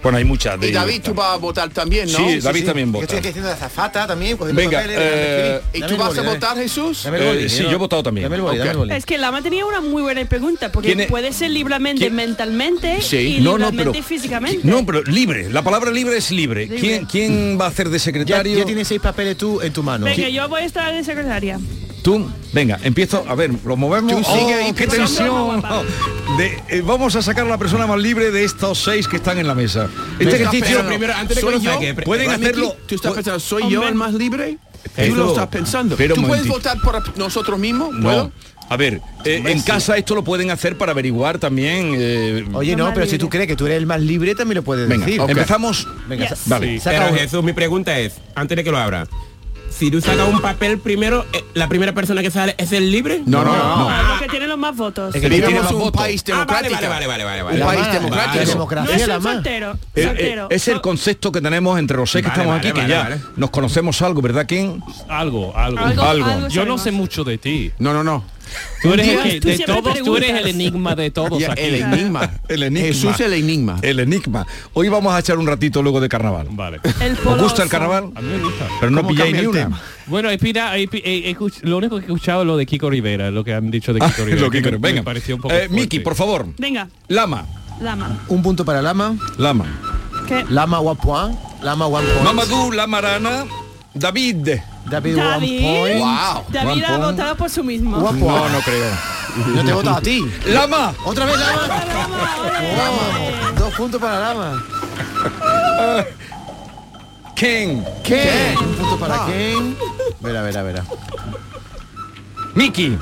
[SPEAKER 1] Bueno, hay muchas de
[SPEAKER 6] Y David, tú vas a votar también, ¿no?
[SPEAKER 1] Sí, David también
[SPEAKER 2] Yo estoy
[SPEAKER 1] vota.
[SPEAKER 2] aquí haciendo de azafata también, cogiendo
[SPEAKER 1] Venga,
[SPEAKER 2] papeles, dejando
[SPEAKER 1] eh,
[SPEAKER 2] escribir.
[SPEAKER 6] ¿Y
[SPEAKER 2] Dame
[SPEAKER 6] tú
[SPEAKER 2] el
[SPEAKER 6] vas
[SPEAKER 2] boli,
[SPEAKER 6] a
[SPEAKER 2] dame-
[SPEAKER 6] votar, Jesús?
[SPEAKER 2] Dame el boli,
[SPEAKER 1] Eh, sí,
[SPEAKER 2] dame-
[SPEAKER 1] yo he votado también.
[SPEAKER 2] Dame el boli, dame el
[SPEAKER 6] Ok.
[SPEAKER 2] boli.
[SPEAKER 3] Es que Lama tenía una muy buena pregunta,
[SPEAKER 1] ¿Quién
[SPEAKER 3] porque
[SPEAKER 1] es-
[SPEAKER 3] puede ser libremente
[SPEAKER 1] ¿Quién-
[SPEAKER 3] mentalmente y
[SPEAKER 1] no, no,
[SPEAKER 3] libremente
[SPEAKER 1] pero,
[SPEAKER 3] físicamente.
[SPEAKER 1] No, pero libre. La palabra libre es libre.
[SPEAKER 3] Libre.
[SPEAKER 1] ¿Quién, quién va a hacer de
[SPEAKER 2] Ya,
[SPEAKER 1] secretario?
[SPEAKER 2] ya tienes seis papeles tú en tu mano.
[SPEAKER 3] Venga, yo voy a estar de secretaria.
[SPEAKER 1] Tú, venga, empiezo. A ver, lo movemos. Oh,
[SPEAKER 6] Tú sigue ahí
[SPEAKER 1] ¡Qué
[SPEAKER 3] pensando.
[SPEAKER 1] tensión! Oh, De- eh, vamos a sacar a la persona más libre de estos seis que están en la mesa. Este
[SPEAKER 6] Está
[SPEAKER 1] ejercicio,
[SPEAKER 6] pensando,
[SPEAKER 5] primero, antes de que
[SPEAKER 6] ¿soy
[SPEAKER 5] lo
[SPEAKER 6] yo?
[SPEAKER 5] saque, pre-
[SPEAKER 1] pueden
[SPEAKER 6] Miki,
[SPEAKER 1] hacerlo.
[SPEAKER 6] ¿Tú estás
[SPEAKER 1] pu-
[SPEAKER 6] pensando, soy yo
[SPEAKER 3] Hombre.
[SPEAKER 6] el más libre?
[SPEAKER 1] Eso-
[SPEAKER 6] Tú lo estás pensando.
[SPEAKER 1] Pero
[SPEAKER 6] ¿Tú
[SPEAKER 1] un
[SPEAKER 6] puedes
[SPEAKER 1] momentito.
[SPEAKER 6] votar por nosotros mismos? ¿Puedo?
[SPEAKER 1] No. A ver, eh, en casa esto lo pueden hacer para averiguar también. eh,
[SPEAKER 2] Oye,
[SPEAKER 3] Toma
[SPEAKER 2] no, pero si
[SPEAKER 3] libre.
[SPEAKER 2] tú crees que tú eres el más libre, también lo puedes
[SPEAKER 1] venga,
[SPEAKER 2] decir.
[SPEAKER 1] empezamos.
[SPEAKER 2] Venga,
[SPEAKER 3] Yes.
[SPEAKER 2] sa- vale.
[SPEAKER 4] Sí.
[SPEAKER 2] saca
[SPEAKER 5] Pero
[SPEAKER 2] uno.
[SPEAKER 5] Jesús, mi pregunta es, antes de que lo abra, si tú sacas un papel primero, eh, la primera persona que sale es el libre.
[SPEAKER 6] No, no, no.
[SPEAKER 3] Ah, Porque tiene los más votos.
[SPEAKER 2] Es que tiene
[SPEAKER 6] Vivimos
[SPEAKER 2] más
[SPEAKER 6] en un
[SPEAKER 2] votos.
[SPEAKER 6] país
[SPEAKER 5] Ah, vale,
[SPEAKER 6] democrático.
[SPEAKER 5] vale, vale, vale, vale,
[SPEAKER 6] Un
[SPEAKER 5] vale.
[SPEAKER 2] La
[SPEAKER 6] país
[SPEAKER 2] mano,
[SPEAKER 6] democrático.
[SPEAKER 2] la
[SPEAKER 3] No
[SPEAKER 2] democracia
[SPEAKER 3] es
[SPEAKER 2] la
[SPEAKER 3] un
[SPEAKER 2] más.
[SPEAKER 3] soltero.
[SPEAKER 1] Eh, eh,
[SPEAKER 3] soltero.
[SPEAKER 1] es el
[SPEAKER 3] So-
[SPEAKER 1] concepto que tenemos entre los seis que
[SPEAKER 5] Vale,
[SPEAKER 1] estamos
[SPEAKER 5] vale,
[SPEAKER 1] aquí, que
[SPEAKER 5] vale,
[SPEAKER 1] ya
[SPEAKER 5] vale.
[SPEAKER 1] nos conocemos algo, ¿verdad, Quién?
[SPEAKER 4] Algo, algo.
[SPEAKER 3] Algo- algo
[SPEAKER 4] Yo no
[SPEAKER 3] sabemos.
[SPEAKER 4] sé mucho de ti.
[SPEAKER 6] No, no, no.
[SPEAKER 4] Tú eres, el, que-
[SPEAKER 3] Tú
[SPEAKER 4] de
[SPEAKER 3] siempre
[SPEAKER 4] todos, tú eres el
[SPEAKER 3] preguntas.
[SPEAKER 4] enigma de todos
[SPEAKER 6] Ya,
[SPEAKER 4] aquí.
[SPEAKER 6] el enigma.
[SPEAKER 1] El enigma.
[SPEAKER 6] Jesús el enigma.
[SPEAKER 1] El enigma. Hoy vamos a echar un ratito luego de carnaval.
[SPEAKER 4] Vale.
[SPEAKER 3] El
[SPEAKER 1] ¿Os gusta el
[SPEAKER 3] poloso.
[SPEAKER 1] carnaval?
[SPEAKER 4] A mí me gusta.
[SPEAKER 1] Pero no
[SPEAKER 6] ¿Cómo
[SPEAKER 1] pilláis
[SPEAKER 6] cambia el
[SPEAKER 1] ni una.
[SPEAKER 6] tema?
[SPEAKER 4] Bueno, he pira- he pi- he- he escuch- lo único que he escuchado es lo de Kiko Rivera, lo que han dicho de
[SPEAKER 1] Ah,
[SPEAKER 4] Kiko Rivera.
[SPEAKER 1] lo que
[SPEAKER 4] me-
[SPEAKER 1] creo.
[SPEAKER 4] me
[SPEAKER 1] Venga.
[SPEAKER 4] pareció un poco
[SPEAKER 1] Eh, Miki,
[SPEAKER 4] fuerte.
[SPEAKER 1] por favor.
[SPEAKER 3] Venga,
[SPEAKER 1] Lama.
[SPEAKER 2] eh.
[SPEAKER 3] lama.
[SPEAKER 2] Un punto para Lama,
[SPEAKER 1] Lama.
[SPEAKER 3] ¿Qué?
[SPEAKER 2] Lama one point, Lama one point.
[SPEAKER 1] Mamadou Lamarana. David.
[SPEAKER 2] David,
[SPEAKER 3] David.
[SPEAKER 2] one point.
[SPEAKER 6] Wow.
[SPEAKER 3] David ha
[SPEAKER 1] Juan Pon.
[SPEAKER 3] votado por su mismo.
[SPEAKER 2] One point.
[SPEAKER 1] No, no creo.
[SPEAKER 2] No te votas a ti.
[SPEAKER 1] Lama.
[SPEAKER 2] Otra vez Lama.
[SPEAKER 3] Ahora, vamos, ahora, vamos.
[SPEAKER 2] Oh, dos puntos para Lama.
[SPEAKER 1] Ken.
[SPEAKER 2] Ken. Un punto
[SPEAKER 6] Ah.
[SPEAKER 2] para Ken. Verá, verá, verá.
[SPEAKER 1] Miki.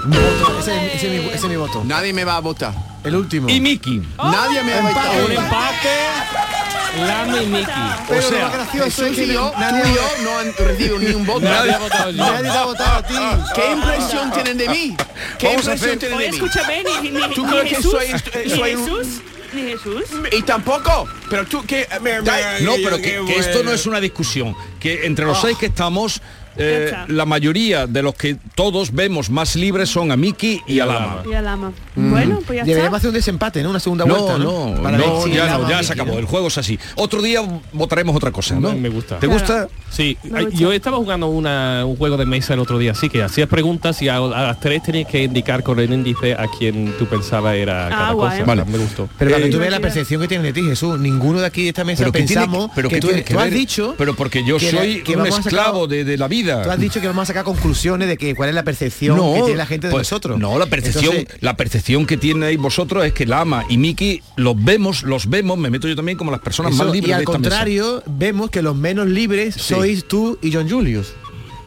[SPEAKER 2] Ese, es- ese es mi, ese es mi voto.
[SPEAKER 6] Nadie me va a votar.
[SPEAKER 2] El último.
[SPEAKER 1] Y Miki.
[SPEAKER 6] Nadie me va a votar.
[SPEAKER 4] Un empate. Lama y Miki.
[SPEAKER 2] Pero
[SPEAKER 6] O sea,
[SPEAKER 2] lo más gracioso es
[SPEAKER 6] Jesús y
[SPEAKER 2] que
[SPEAKER 6] yo,
[SPEAKER 2] nadie,
[SPEAKER 6] tú y yo no han recibido ni un voto.
[SPEAKER 4] Nadie ha votado yo.
[SPEAKER 2] nadie te ha votado a ti.
[SPEAKER 6] ¿Qué impresión tienen de mí? ¿Qué
[SPEAKER 1] Vamos a
[SPEAKER 6] impresión
[SPEAKER 1] hacer-
[SPEAKER 6] tienen
[SPEAKER 3] Oye,
[SPEAKER 6] de mí?
[SPEAKER 3] escúchame, ni, ni,
[SPEAKER 6] ¿Tú
[SPEAKER 3] ni
[SPEAKER 6] crees que
[SPEAKER 3] Jesús,
[SPEAKER 6] soy- eh,
[SPEAKER 3] ni
[SPEAKER 6] soy un-
[SPEAKER 3] Jesús, ni Jesús.
[SPEAKER 6] Y tampoco. Pero tú, eh, ¿qué? Da-
[SPEAKER 1] No, pero que, que esto no es una discusión. Que entre
[SPEAKER 2] Ah.
[SPEAKER 1] los seis que estamos, eh,
[SPEAKER 3] Ya está.
[SPEAKER 1] la mayoría de los que todos vemos más libres son a Miki y a Lama.
[SPEAKER 3] Y al ama.
[SPEAKER 6] Mm.
[SPEAKER 3] Bueno, pues ya
[SPEAKER 2] Deberíamos
[SPEAKER 3] está.
[SPEAKER 2] hacer un desempate, ¿no? Una segunda
[SPEAKER 1] No,
[SPEAKER 2] vuelta.
[SPEAKER 1] no,
[SPEAKER 2] Para
[SPEAKER 1] no,
[SPEAKER 2] ver si
[SPEAKER 1] ya
[SPEAKER 2] Lama
[SPEAKER 1] no, ya
[SPEAKER 2] me
[SPEAKER 1] se acabó.
[SPEAKER 2] quiere.
[SPEAKER 1] El juego es así. Otro día votaremos otra cosa, ¿no?
[SPEAKER 4] No, me gusta.
[SPEAKER 1] ¿Te
[SPEAKER 3] Claro.
[SPEAKER 1] gusta?
[SPEAKER 4] Sí,
[SPEAKER 3] Me
[SPEAKER 4] ay,
[SPEAKER 3] gusta.
[SPEAKER 4] yo estaba jugando una- un juego de mesa el otro día, así que hacías preguntas y a, a las tres tenías que indicar con el índice a quien tú pensabas era cada
[SPEAKER 3] Ah, guay.
[SPEAKER 4] cosa.
[SPEAKER 1] Vale.
[SPEAKER 4] me gustó.
[SPEAKER 2] Pero para que
[SPEAKER 1] Eh,
[SPEAKER 2] tú veas la percepción que tienen de ti, Jesús. Ninguno de aquí de esta mesa
[SPEAKER 1] ¿qué tiene que-
[SPEAKER 2] pensamos
[SPEAKER 1] pero
[SPEAKER 2] que,
[SPEAKER 1] qué
[SPEAKER 2] tú,
[SPEAKER 1] tiene que
[SPEAKER 2] tú has
[SPEAKER 1] ver?
[SPEAKER 2] dicho...
[SPEAKER 1] Pero porque yo
[SPEAKER 2] que la-
[SPEAKER 1] soy
[SPEAKER 2] que
[SPEAKER 1] un
[SPEAKER 2] vamos a sacar-
[SPEAKER 1] esclavo de, de la vida.
[SPEAKER 2] Tú has dicho que vamos a sacar conclusiones de que cuál es la percepción que tiene la gente de
[SPEAKER 1] pues,
[SPEAKER 2] nosotros.
[SPEAKER 1] No, la percepción,
[SPEAKER 2] Entonces,
[SPEAKER 1] la percepción que tenéis vosotros es que Lama y Miki los vemos, los vemos, me meto yo también como las personas
[SPEAKER 2] eso,
[SPEAKER 1] más libres
[SPEAKER 2] y
[SPEAKER 1] de
[SPEAKER 2] al
[SPEAKER 1] esta mesa.
[SPEAKER 2] contrario, vemos que los menos libres sois tú y John Julius.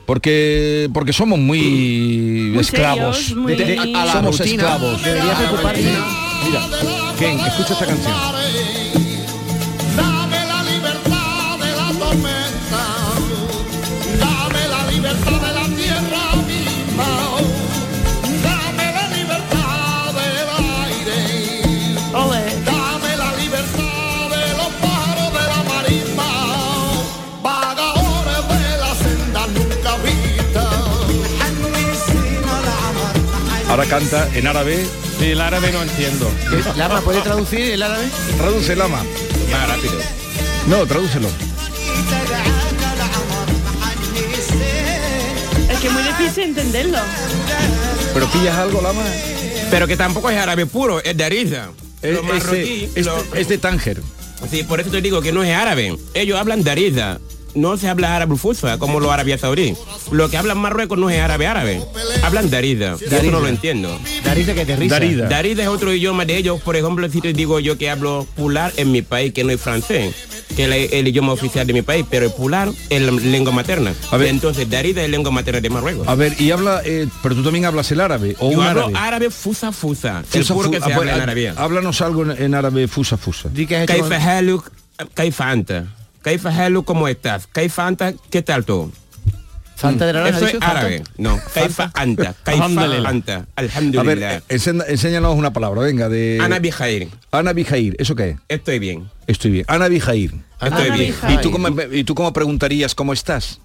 [SPEAKER 1] Porque porque somos muy,
[SPEAKER 3] Muy
[SPEAKER 1] esclavos.
[SPEAKER 3] serios, muy-
[SPEAKER 1] De- de-
[SPEAKER 3] A- a la
[SPEAKER 1] somos
[SPEAKER 2] rutina.
[SPEAKER 1] esclavos.
[SPEAKER 2] Debería preocuparse.
[SPEAKER 1] Mira, Ken, escucha esta canción.
[SPEAKER 8] Dame la libertad de la tormenta, dame la libertad de la tierra misma, dame la libertad del aire,
[SPEAKER 3] Ole.
[SPEAKER 8] dame la libertad de los paros de la marisma, vagadores de la senda nunca vista.
[SPEAKER 1] Ahora canta en árabe.
[SPEAKER 4] Sí, el árabe no entiendo.
[SPEAKER 2] Lama, ¿puede traducir el árabe?
[SPEAKER 1] Traduce Lama.
[SPEAKER 5] Más rápido.
[SPEAKER 1] No, tradúcelo.
[SPEAKER 3] Es que es muy difícil entenderlo.
[SPEAKER 1] Pero pillas algo, Lama.
[SPEAKER 5] Pero que tampoco es árabe puro, es de Ariza.
[SPEAKER 1] Es,
[SPEAKER 5] Los marroquí,
[SPEAKER 1] Eh, es de- es-
[SPEAKER 5] los-
[SPEAKER 1] es de Tánger.
[SPEAKER 5] Sí, por eso te digo que no es árabe. Ellos hablan dariza. No se habla árabe fusa como los árabes saudíes. Lo que hablan Marruecos no es árabe árabe. Hablan dariza. Yo eso no lo entiendo.
[SPEAKER 2] Darida que te risa.
[SPEAKER 1] Darida.
[SPEAKER 5] Dariza es otro idioma de ellos. Por ejemplo, si te digo yo que hablo pular en mi país, que no es francés, que es el idioma oficial de mi país, pero el pular es la lengua materna.
[SPEAKER 1] A ver.
[SPEAKER 5] Entonces, dariza es lengua materna de Marruecos.
[SPEAKER 1] A ver, y habla, eh, pero tú también hablas el árabe o
[SPEAKER 5] Yo
[SPEAKER 1] un
[SPEAKER 5] hablo
[SPEAKER 1] árabe.
[SPEAKER 5] árabe. fusa fusa.
[SPEAKER 1] Fusa,
[SPEAKER 5] el puro que
[SPEAKER 1] fu-
[SPEAKER 5] se
[SPEAKER 1] ah,
[SPEAKER 5] habla en
[SPEAKER 1] ah,
[SPEAKER 5] Arabia.
[SPEAKER 1] Háblanos algo en, en árabe fusa fusa.
[SPEAKER 2] Di que has hecho-
[SPEAKER 5] Kaifa haluk, Kaifa anta. Kaifa haluk, ¿cómo estás? Kaifa anta, ¿qué tal tú? Mm.
[SPEAKER 2] Falta de la naranja,
[SPEAKER 5] Eso es
[SPEAKER 2] dicho, falta-
[SPEAKER 5] árabe. No, Kaifa anta. Kaifa
[SPEAKER 4] Alhamdulillah.
[SPEAKER 5] anta.
[SPEAKER 1] A ver, eh,
[SPEAKER 5] Alhamdulillah.
[SPEAKER 1] enseña- enséñanos una palabra, venga, de...
[SPEAKER 5] Ana Bijair,
[SPEAKER 1] Ana Bijair, ¿eso qué es?
[SPEAKER 5] estoy bien.
[SPEAKER 1] Estoy bien. Ana Bijair.
[SPEAKER 5] Estoy
[SPEAKER 3] Ana
[SPEAKER 5] bien.
[SPEAKER 3] Bijair.
[SPEAKER 1] ¿Y tú, cómo, ¿Y tú cómo preguntarías cómo estás?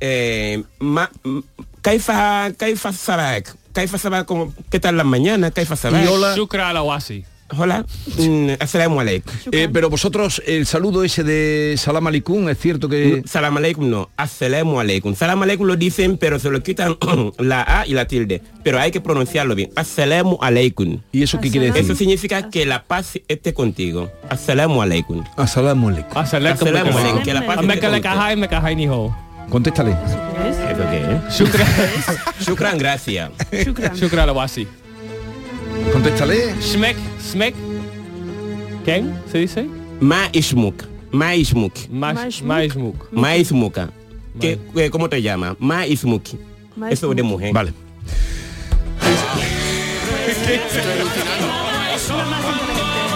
[SPEAKER 5] Eh, ma- m- Kaifa, Kaifa Sabak. Kaifa Sabak, ¿cómo- ¿qué tal la mañana? Kaifa Sabak.
[SPEAKER 4] Shukra al Awasi.
[SPEAKER 5] Hola. Mm, Assalamu alaikum.
[SPEAKER 1] Eh, pero vosotros, el saludo ese de Salam Alicum, es cierto que...
[SPEAKER 5] Mm, Salam alaikum no, assalamu alaikum. Salam alaikum lo dicen, pero se lo quitan la A y la tilde. Pero hay que pronunciarlo bien. Assalamu alaikum.
[SPEAKER 1] ¿Y eso qué quiere
[SPEAKER 3] Asalamu-
[SPEAKER 5] Eso
[SPEAKER 1] decir?
[SPEAKER 5] significa que la paz esté contigo. Assalamu alaikum.
[SPEAKER 1] Asalamu alaikum.
[SPEAKER 5] Ah, Asalaikum
[SPEAKER 4] Asalaikum alaikum.
[SPEAKER 5] alaikum. Que la paz
[SPEAKER 4] Ameka
[SPEAKER 5] esté
[SPEAKER 4] le
[SPEAKER 5] contigo.
[SPEAKER 4] kahai, me kahai ni ho.
[SPEAKER 1] Contéstale.
[SPEAKER 5] ¿Eso qué es? Shukran, gracias.
[SPEAKER 3] Shukran.
[SPEAKER 4] Shukra al Awasi.
[SPEAKER 1] Contéstale.
[SPEAKER 4] Smek, smek. ¿Quién se dice?
[SPEAKER 5] Ma ishmuk. Ma ishmuk.
[SPEAKER 4] Mash-
[SPEAKER 3] Mashmuk.
[SPEAKER 4] Mashmuk.
[SPEAKER 5] Ma ismuka. ¿Qué- eh, ¿Cómo te llama? Ma ismuk.
[SPEAKER 3] Ma
[SPEAKER 5] Eso de
[SPEAKER 3] ismuk.
[SPEAKER 5] mujer.
[SPEAKER 1] Vale.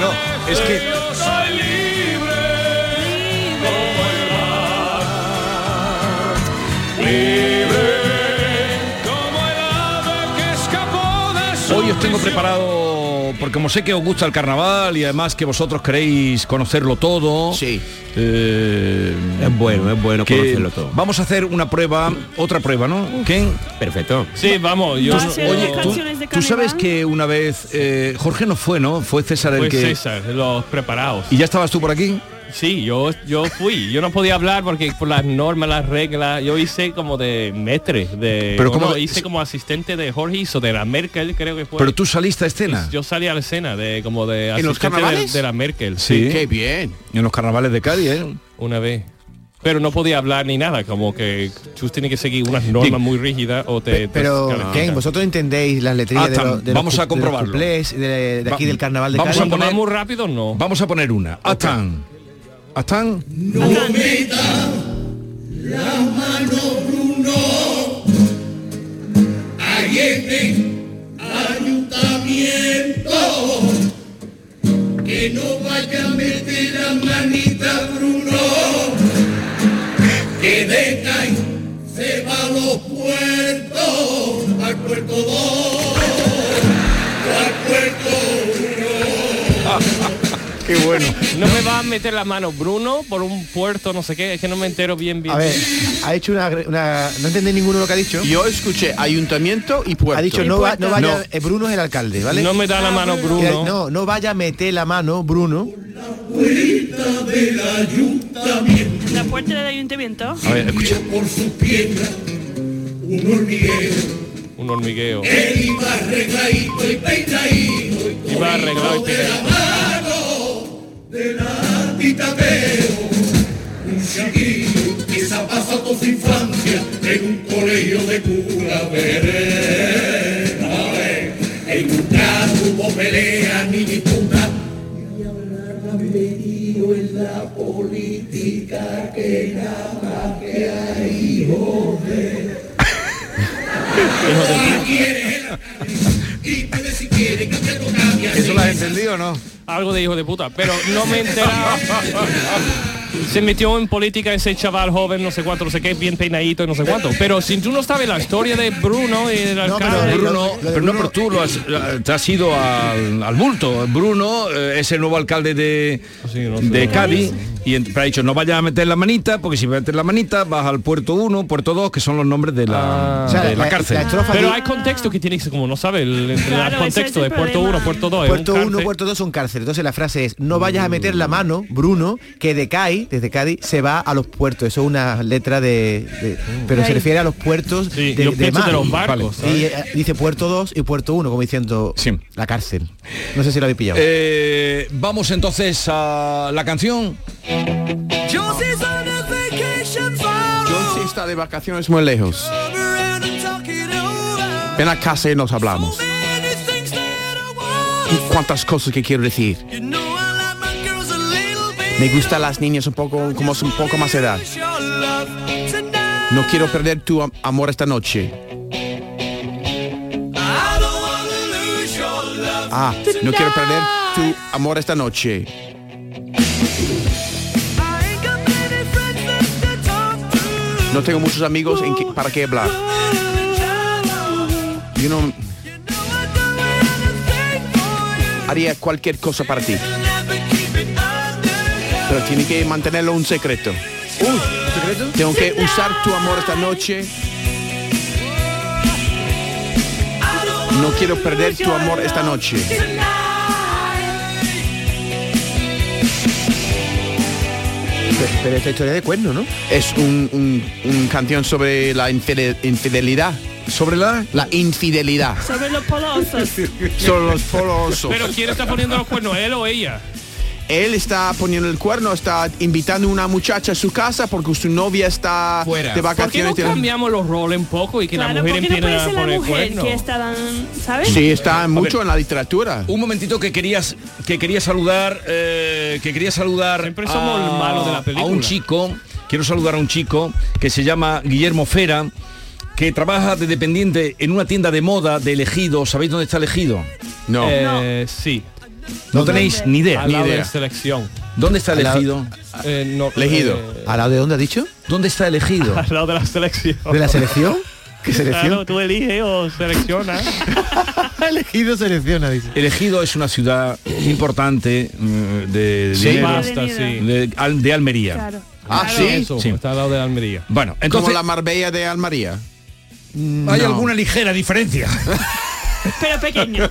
[SPEAKER 1] No, es que... Hoy os tengo preparado como, porque como sé que os gusta el carnaval y además que vosotros queréis conocerlo todo. Sí. es bueno, es bueno
[SPEAKER 5] conocerlo todo.
[SPEAKER 1] Vamos a hacer una prueba, otra prueba, ¿no? Ken.
[SPEAKER 5] Perfecto.
[SPEAKER 4] Sí, vamos, yo...
[SPEAKER 1] Oye, tú, tú sabes que una vez eh, Jorge no fue, ¿no? Fue César el
[SPEAKER 4] Pues
[SPEAKER 1] que.
[SPEAKER 4] César, los preparados.
[SPEAKER 1] ¿Y ya estabas tú por aquí?
[SPEAKER 4] Sí, yo, yo fui. Yo no podía hablar porque por las normas, las reglas, yo hice como de metre, de
[SPEAKER 1] Pero
[SPEAKER 4] o
[SPEAKER 1] ¿cómo
[SPEAKER 4] no,
[SPEAKER 1] de-
[SPEAKER 4] hice como asistente de Jorge hizo de la Merkel, creo que fue.
[SPEAKER 1] Pero tú saliste a escena.
[SPEAKER 4] Pues yo salí a la escena de como de
[SPEAKER 1] ¿En los
[SPEAKER 4] asistente de,
[SPEAKER 1] carnavales?
[SPEAKER 4] de la Merkel.
[SPEAKER 6] bien.
[SPEAKER 1] En los carnavales de Cádiz, ¿eh?
[SPEAKER 4] Una vez. Pero no podía hablar ni nada, como que tú tienes que seguir unas normas muy rígidas o te... te
[SPEAKER 2] Pero,
[SPEAKER 4] descalifican.
[SPEAKER 2] Ken, vosotros entendéis las letrillas
[SPEAKER 4] Ah,
[SPEAKER 2] de,
[SPEAKER 4] tam-
[SPEAKER 2] los, de los
[SPEAKER 4] vamos a
[SPEAKER 2] cu- de los
[SPEAKER 4] comprobarlo.
[SPEAKER 2] cuplés y de, de aquí
[SPEAKER 4] Va-
[SPEAKER 2] del carnaval de
[SPEAKER 1] vamos
[SPEAKER 2] Cádiz.
[SPEAKER 1] a poner-
[SPEAKER 4] muy rápido no.
[SPEAKER 1] Vamos a poner una. Atán. Atán.
[SPEAKER 8] Bromita, la mano Bruno, Ariete, ayuntamiento, que no vaya a meter la manita Bruno, que de Cádiz se va a los puertos, al puerto 2, al puerto 1.
[SPEAKER 1] Qué bueno.
[SPEAKER 4] Ah. No me va a meter la mano Bruno por un puerto, no sé qué, es que no me entero bien bien.
[SPEAKER 2] A ver, ha hecho una, una- No entendéis ninguno lo que ha dicho.
[SPEAKER 6] Yo escuché ayuntamiento y puerto.
[SPEAKER 2] Ha dicho no,
[SPEAKER 4] pues,
[SPEAKER 2] va- no vaya... eh, Bruno es el alcalde, ¿vale?
[SPEAKER 6] No me da
[SPEAKER 4] Ah,
[SPEAKER 6] la mano, Bruno.
[SPEAKER 2] Eh, No, no vaya a meter la mano, Bruno.
[SPEAKER 8] puerta del ayuntamiento.
[SPEAKER 3] La puerta del ayuntamiento.
[SPEAKER 1] A ver, escucha.
[SPEAKER 8] Por su piedra, un hormiguero.
[SPEAKER 4] Un hormigueo.
[SPEAKER 8] Él iba arregladito y peinadito. Y
[SPEAKER 4] Iba arreglado y
[SPEAKER 8] de la mano del antitateo. Un chiquillo que se ha pasado toda su infancia en un colegio de cura vereda. eh. En un caso hubo pelea ni disputa. Y ahora me han metido en la política que nada más que hay, joder.
[SPEAKER 4] ¿Eso lo has entendido o no? Algo de hijo de puta, pero no me he enterado. Se metió en política ese chaval joven, no sé cuánto, no sé qué, bien peinadito, y no sé cuánto. Pero si tú no sabes la historia de Bruno y del alcalde,
[SPEAKER 1] Bruno, pero no, pero tú lo has, la- te has ido al, al bulto. Bruno eh, es el nuevo alcalde de,
[SPEAKER 4] Ah,
[SPEAKER 1] de Cádiz. Y ent- pero ha dicho, no vayas a meter la manita, porque si metes la manita vas al puerto 1, puerto 2, que son los nombres de la,
[SPEAKER 4] Ah.
[SPEAKER 1] de la cárcel.
[SPEAKER 4] pero hay contexto que tienes, como no sabe el, el contexto de Puerto 1, Puerto 2.
[SPEAKER 2] Puerto 1, Puerto 2 son cárceles. Entonces la frase es, no vayas a meter
[SPEAKER 4] Mm.
[SPEAKER 2] la mano, Bruno, que de CAI, desde Cádiz, se va a los puertos. Eso es una letra de... de- pero se
[SPEAKER 4] Ay.
[SPEAKER 2] refiere a los puertos
[SPEAKER 4] Sí,
[SPEAKER 2] de,
[SPEAKER 4] yo
[SPEAKER 2] de
[SPEAKER 4] pienso
[SPEAKER 2] mar.
[SPEAKER 4] de los barcos,
[SPEAKER 2] Vale. Y
[SPEAKER 4] ¿sabes?
[SPEAKER 2] eh, dice Puerto 2 y Puerto 1, como diciendo la cárcel. No sé si lo habéis pillado.
[SPEAKER 1] Eh, vamos entonces a la canción.
[SPEAKER 8] Josie's on a vacation far
[SPEAKER 6] Yo sí está de vacaciones muy lejos. Ven a casa y nos hablamos. Cuántas cosas que quiero decir. Me gustan las niñas un poco como un poco más edad. No quiero perder tu am- amor esta noche. Ah, no quiero perder tu amor esta noche. No tengo muchos amigos en que- para qué hablar. Yo no haría cualquier cosa para ti. Pero tiene que mantenerlo un secreto. Tengo que usar tu amor esta noche. No quiero perder tu amor esta noche.
[SPEAKER 2] Pero, pero esta historia de cuerno, ¿no?
[SPEAKER 6] Es un, un- un canción sobre la infide- infidelidad.
[SPEAKER 1] ¿Sobre la?
[SPEAKER 6] La infidelidad.
[SPEAKER 3] Sobre los polosos.
[SPEAKER 6] Sobre los polosos.
[SPEAKER 4] Pero ¿quién está poniendo los cuernos, él o ella?
[SPEAKER 6] Él está poniendo el cuerno, está invitando a una muchacha a su casa porque su novia está de
[SPEAKER 4] ¿Por qué
[SPEAKER 6] vacaciones.
[SPEAKER 4] no cambiamos los roles un poco y que la
[SPEAKER 3] Claro,
[SPEAKER 4] mujer
[SPEAKER 3] porque no
[SPEAKER 4] empiece
[SPEAKER 3] puede
[SPEAKER 4] a
[SPEAKER 3] ser la
[SPEAKER 4] poner
[SPEAKER 3] mujer
[SPEAKER 4] cuernos?
[SPEAKER 3] que está dan, ¿sabes?
[SPEAKER 6] Sí, está mucho
[SPEAKER 1] ver.
[SPEAKER 6] en la literatura.
[SPEAKER 1] Un momentito que querías que quería saludar eh, que quería saludar
[SPEAKER 4] somos el malo de la
[SPEAKER 1] a un
[SPEAKER 4] película.
[SPEAKER 1] chico quiero saludar a un chico que se llama Guillermo Fera que trabaja de dependiente en una tienda de moda de Elegido sabéis dónde está Elegido
[SPEAKER 6] no
[SPEAKER 4] Eh, sí
[SPEAKER 1] no tenéis ni idea
[SPEAKER 4] Al lado
[SPEAKER 1] ni
[SPEAKER 4] de
[SPEAKER 1] idea
[SPEAKER 4] selección.
[SPEAKER 1] dónde está
[SPEAKER 2] Al lado-
[SPEAKER 1] Elegido
[SPEAKER 4] Eh, no, eh,
[SPEAKER 2] ¿A la de dónde ha dicho?
[SPEAKER 1] dónde está Elegido
[SPEAKER 4] al lado de la selección.
[SPEAKER 2] ¿De la selección? ¿Qué selección?
[SPEAKER 4] Claro, tú eliges o seleccionas.
[SPEAKER 2] Elegido selecciona, dice.
[SPEAKER 1] Elegido es una ciudad importante mm, de,
[SPEAKER 4] Sí,
[SPEAKER 1] dinero,
[SPEAKER 4] basta, sí.
[SPEAKER 1] de, Al- de Almería.
[SPEAKER 6] Ah,
[SPEAKER 4] Claro,
[SPEAKER 6] sí.
[SPEAKER 4] eso,
[SPEAKER 1] Sí.
[SPEAKER 4] Está al lado de Almería.
[SPEAKER 1] Bueno,
[SPEAKER 6] Como
[SPEAKER 1] entonces
[SPEAKER 6] la Marbella de Almería.
[SPEAKER 1] hay
[SPEAKER 6] No.
[SPEAKER 1] alguna ligera diferencia.
[SPEAKER 3] Pero pequeño.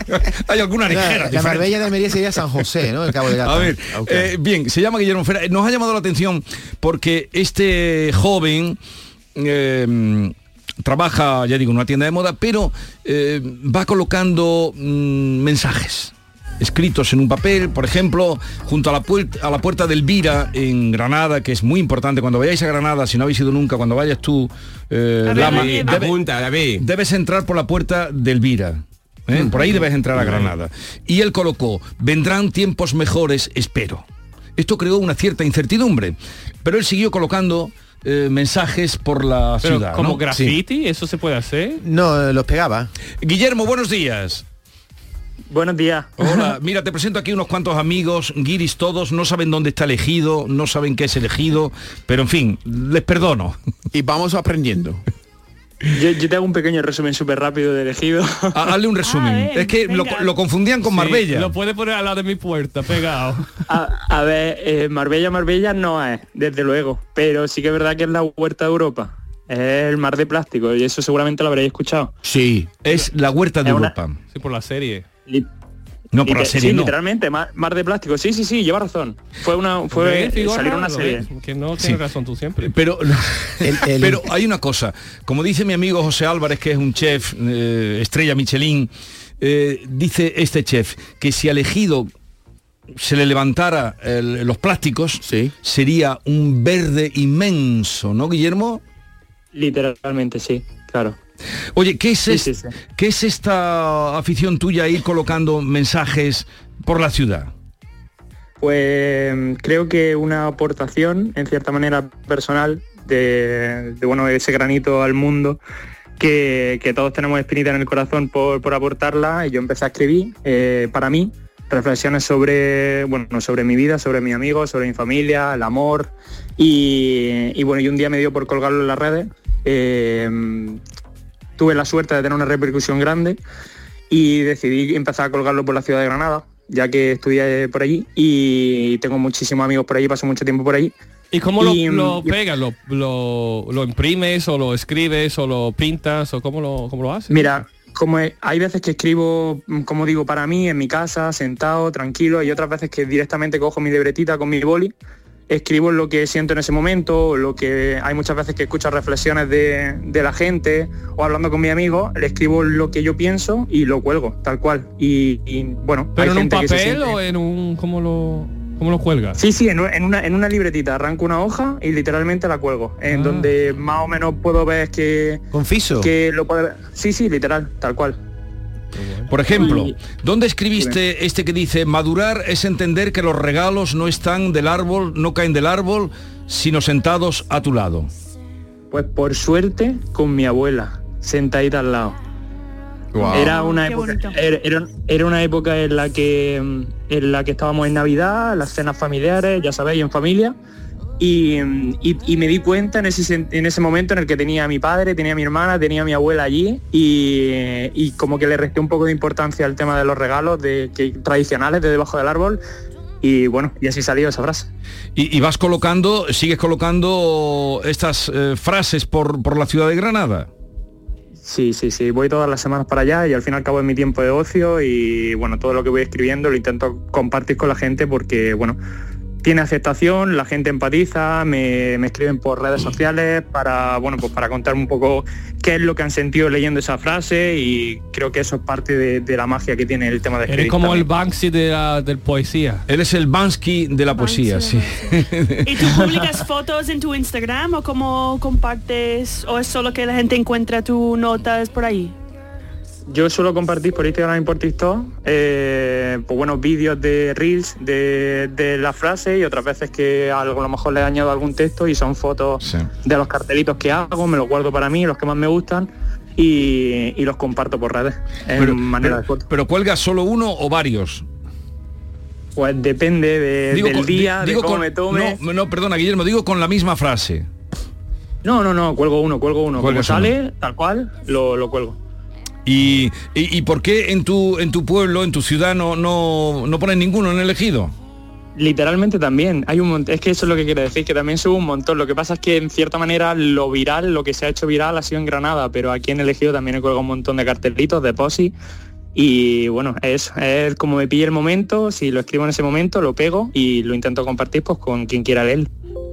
[SPEAKER 1] hay alguna ligera
[SPEAKER 2] La, la
[SPEAKER 1] diferencia.
[SPEAKER 2] Marbella de Almería sería San José, ¿no? El Cabo de Gata.
[SPEAKER 1] A ver,
[SPEAKER 2] Ok.
[SPEAKER 1] eh, bien, se llama Guillermo Fera. Eh, Nos ha llamado la atención porque este joven eh, trabaja, ya digo, en una tienda de moda, pero eh, va colocando mm, mensajes escritos en un papel, por ejemplo, junto a la, puer- a la puerta del Elvira en Granada, que es muy importante. Cuando vayáis a Granada, si no habéis ido nunca, cuando vayas tú, eh,
[SPEAKER 3] A ver,
[SPEAKER 1] Lama,
[SPEAKER 3] David,
[SPEAKER 1] debe-
[SPEAKER 5] Apunta, David.
[SPEAKER 1] debes entrar por la puerta de Elvira. ¿eh?
[SPEAKER 4] Mm,
[SPEAKER 1] Por ahí debes entrar a Granada. Y él colocó, vendrán tiempos mejores, espero. Esto creó una cierta incertidumbre, pero él siguió colocando eh, mensajes por la
[SPEAKER 4] Pero
[SPEAKER 1] ciudad.
[SPEAKER 4] como
[SPEAKER 1] ¿no?
[SPEAKER 4] graffiti, eso se puede hacer.
[SPEAKER 2] No, los pegaba.
[SPEAKER 1] Sí. Guillermo, buenos días.
[SPEAKER 9] Buenos días.
[SPEAKER 1] Hola, mira, te presento aquí unos cuantos amigos, guiris todos, no saben dónde está elegido, no saben qué es elegido, pero en fin, les perdono.
[SPEAKER 6] Y vamos aprendiendo.
[SPEAKER 9] Yo, yo te hago un pequeño resumen súper rápido de elegido.
[SPEAKER 1] Ha- Ah, Hazle
[SPEAKER 4] Ah,
[SPEAKER 1] un resumen.
[SPEAKER 3] ver,
[SPEAKER 1] es que lo,
[SPEAKER 3] Ah, venga.
[SPEAKER 1] lo confundían con
[SPEAKER 4] Sí,
[SPEAKER 1] Marbella.
[SPEAKER 4] Lo puede poner al lado de mi puerta, pegado.
[SPEAKER 9] A, a ver, eh, Marbella, Marbella no es, desde luego. Pero sí que es verdad que es la huerta de Europa. Es el mar de plástico y eso seguramente lo habréis escuchado.
[SPEAKER 6] Sí.
[SPEAKER 1] Es la huerta de
[SPEAKER 9] Es una-
[SPEAKER 1] Europa.
[SPEAKER 4] Sí, por la serie.
[SPEAKER 9] Li-
[SPEAKER 1] No por la
[SPEAKER 9] liter-
[SPEAKER 1] serie,
[SPEAKER 9] sí,
[SPEAKER 1] no.
[SPEAKER 9] literalmente, mar, mar de plástico. Sí, sí, sí, lleva razón. Fue una fue
[SPEAKER 4] ¿Ves, Figorra?
[SPEAKER 9] salir una
[SPEAKER 4] ¿Lo
[SPEAKER 9] serie.
[SPEAKER 4] ves? Que no
[SPEAKER 1] Sí.
[SPEAKER 4] tienes razón tú siempre.
[SPEAKER 1] Pero,
[SPEAKER 2] El- el-
[SPEAKER 1] pero hay una cosa, como dice mi amigo José Álvarez, que es un chef, eh, estrella Michelin, eh, dice este chef que si al ejido se le levantara el- los plásticos,
[SPEAKER 6] Sí.
[SPEAKER 1] sería un verde inmenso, ¿no, Guillermo?
[SPEAKER 9] Literalmente, sí, claro.
[SPEAKER 1] Oye, ¿qué es,
[SPEAKER 9] Sí,
[SPEAKER 1] es-
[SPEAKER 9] sí, sí.
[SPEAKER 1] ¿qué es esta afición tuya a ir colocando mensajes por la ciudad?
[SPEAKER 9] Pues mm, creo que una aportación, en cierta manera, personal, de, de, bueno, ese granito al mundo, que, que todos tenemos espinita en el corazón por, por aportarla, y yo empecé a escribir eh, para mí reflexiones sobre bueno sobre mi vida sobre mis amigos sobre mi familia el amor y, y bueno y un día me dio por colgarlo en las redes Eh, mm, tuve la suerte de tener una repercusión grande y decidí empezar a colgarlo por la ciudad de Granada, ya que estudié por allí y tengo muchísimos amigos por allí, paso mucho tiempo por allí.
[SPEAKER 4] ¿Y cómo lo,
[SPEAKER 9] Y, mm,
[SPEAKER 4] lo
[SPEAKER 9] yo-
[SPEAKER 4] pegas? ¿Lo, lo, lo imprimes o lo escribes o lo pintas o cómo lo, cómo lo haces?
[SPEAKER 9] Mira, como he- hay veces que escribo, mm, como digo, para mí, en mi casa, sentado, tranquilo, y otras veces que directamente cojo mi libretita con mi boli, escribo lo que siento en ese momento, lo que hay muchas veces que escucho reflexiones de, de la gente o hablando con mi amigo, le escribo lo que yo pienso y lo cuelgo, tal cual. Y, y, bueno, hay
[SPEAKER 4] ¿Pero en un
[SPEAKER 9] gente que se
[SPEAKER 4] papel
[SPEAKER 9] siente-
[SPEAKER 4] o en un... ¿Cómo lo, cómo lo cuelgas?
[SPEAKER 9] Sí, sí, en, u- en una, en una libretita arranco una hoja y literalmente la cuelgo, en
[SPEAKER 4] Ah.
[SPEAKER 9] donde más o menos puedo ver que,
[SPEAKER 2] Confiso.
[SPEAKER 9] que lo puedo ver. Sí, sí, literal, tal cual.
[SPEAKER 1] Por ejemplo,
[SPEAKER 9] Y-
[SPEAKER 1] ¿dónde escribiste este que dice madurar es entender que los regalos no están del árbol, no caen del árbol, sino sentados a tu lado?
[SPEAKER 9] Pues por suerte con mi abuela, sentadita al lado.
[SPEAKER 6] Wow.
[SPEAKER 9] Era una
[SPEAKER 3] Qué
[SPEAKER 9] época,
[SPEAKER 3] bonito.
[SPEAKER 9] era, era- era una época en la que mm, en la que estábamos en Navidad, las cenas familiares, ya sabéis, en familia. Y, mm, y- y me di cuenta en ese, sen- en ese momento en el que tenía a mi padre, tenía a mi hermana, tenía a mi abuela allí y, y como que le resté un poco de importancia al tema de los regalos de, que, tradicionales de debajo del árbol y bueno, y así salió esa frase.
[SPEAKER 1] Y, y vas colocando, sigues colocando estas eh, frases por, por la ciudad de Granada.
[SPEAKER 9] Sí, sí, sí, voy todas las semanas para allá y al fin y al cabo es mi tiempo de ocio y bueno, todo lo que voy escribiendo lo intento compartir con la gente porque bueno, tiene aceptación, la gente empatiza, me, me escriben por redes sociales para, bueno, pues para contarme un poco qué es lo que han sentido leyendo esa frase y creo que eso es parte de, de la magia que tiene el tema de escribir.
[SPEAKER 4] Eres como el
[SPEAKER 9] también.
[SPEAKER 4] Banksy de la del poesía.
[SPEAKER 1] Él es el Bansky de la poesía, sí.
[SPEAKER 3] ¿Y tú publicas fotos en tu Instagram o cómo compartes o es solo que la gente encuentra tus notas por ahí?
[SPEAKER 9] Yo suelo compartir por Instagram y por TikTok eh, pues bueno, vídeos de reels de, de la frase y otras veces que algo, a lo mejor le añado algún texto y son fotos
[SPEAKER 1] Sí.
[SPEAKER 9] de los cartelitos que hago, me los guardo para mí, los que más me gustan y, y los comparto por redes en manera de foto.
[SPEAKER 1] pero cuelgas solo uno o varios.
[SPEAKER 9] Pues depende de- del
[SPEAKER 1] con-
[SPEAKER 9] día,
[SPEAKER 1] digo
[SPEAKER 9] de cómo
[SPEAKER 1] con-
[SPEAKER 9] me tome.
[SPEAKER 1] No, no, perdona, Guillermo, digo con la misma frase.
[SPEAKER 9] No, no, no, cuelgo uno, cuelgo uno. Como
[SPEAKER 1] Cuelgas uno.
[SPEAKER 9] sale, tal cual, lo, lo cuelgo.
[SPEAKER 1] ¿Y, y, y por qué en tu, en tu pueblo, en tu ciudad, no, no, no pones ninguno en el elegido?
[SPEAKER 9] Literalmente también. Hay un montón. Es que eso es lo que quiero decir, que también subo un montón. Lo que pasa es que en cierta manera lo viral, lo que se ha hecho viral ha sido en Granada, pero aquí en el Ejido también he colgado un montón de cartelitos, de posi. Y bueno, es, es como me pilla el momento, si lo escribo en ese momento, lo pego y lo intento compartir pues con quien quiera leer.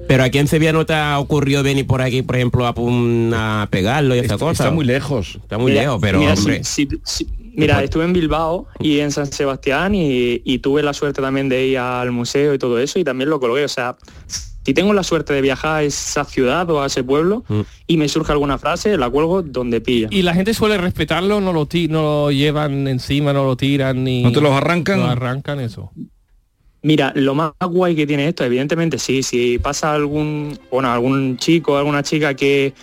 [SPEAKER 5] Pero aquí en Sevilla no te ha ocurrido venir por aquí, por ejemplo, a, pun- a pegarlo y esta cosa.
[SPEAKER 1] está muy lejos.
[SPEAKER 5] Está muy
[SPEAKER 9] Mira,
[SPEAKER 5] lejos, pero
[SPEAKER 9] mira,
[SPEAKER 5] hombre.
[SPEAKER 9] si- si- si- mira, estuve en Bilbao y en San Sebastián y, y tuve la suerte también de ir al museo y todo eso y también lo colgué. O sea, si tengo la suerte de viajar a esa ciudad o a ese pueblo y me surge alguna frase, la cuelgo donde pilla.
[SPEAKER 4] Y la gente suele respetarlo, no lo, ti- no lo llevan encima, no lo tiran ni...
[SPEAKER 9] ¿No te los arrancan?
[SPEAKER 4] No arrancan eso.
[SPEAKER 9] Mira, lo más guay que tiene esto, evidentemente sí, si pasa algún, bueno, algún chico, alguna chica que,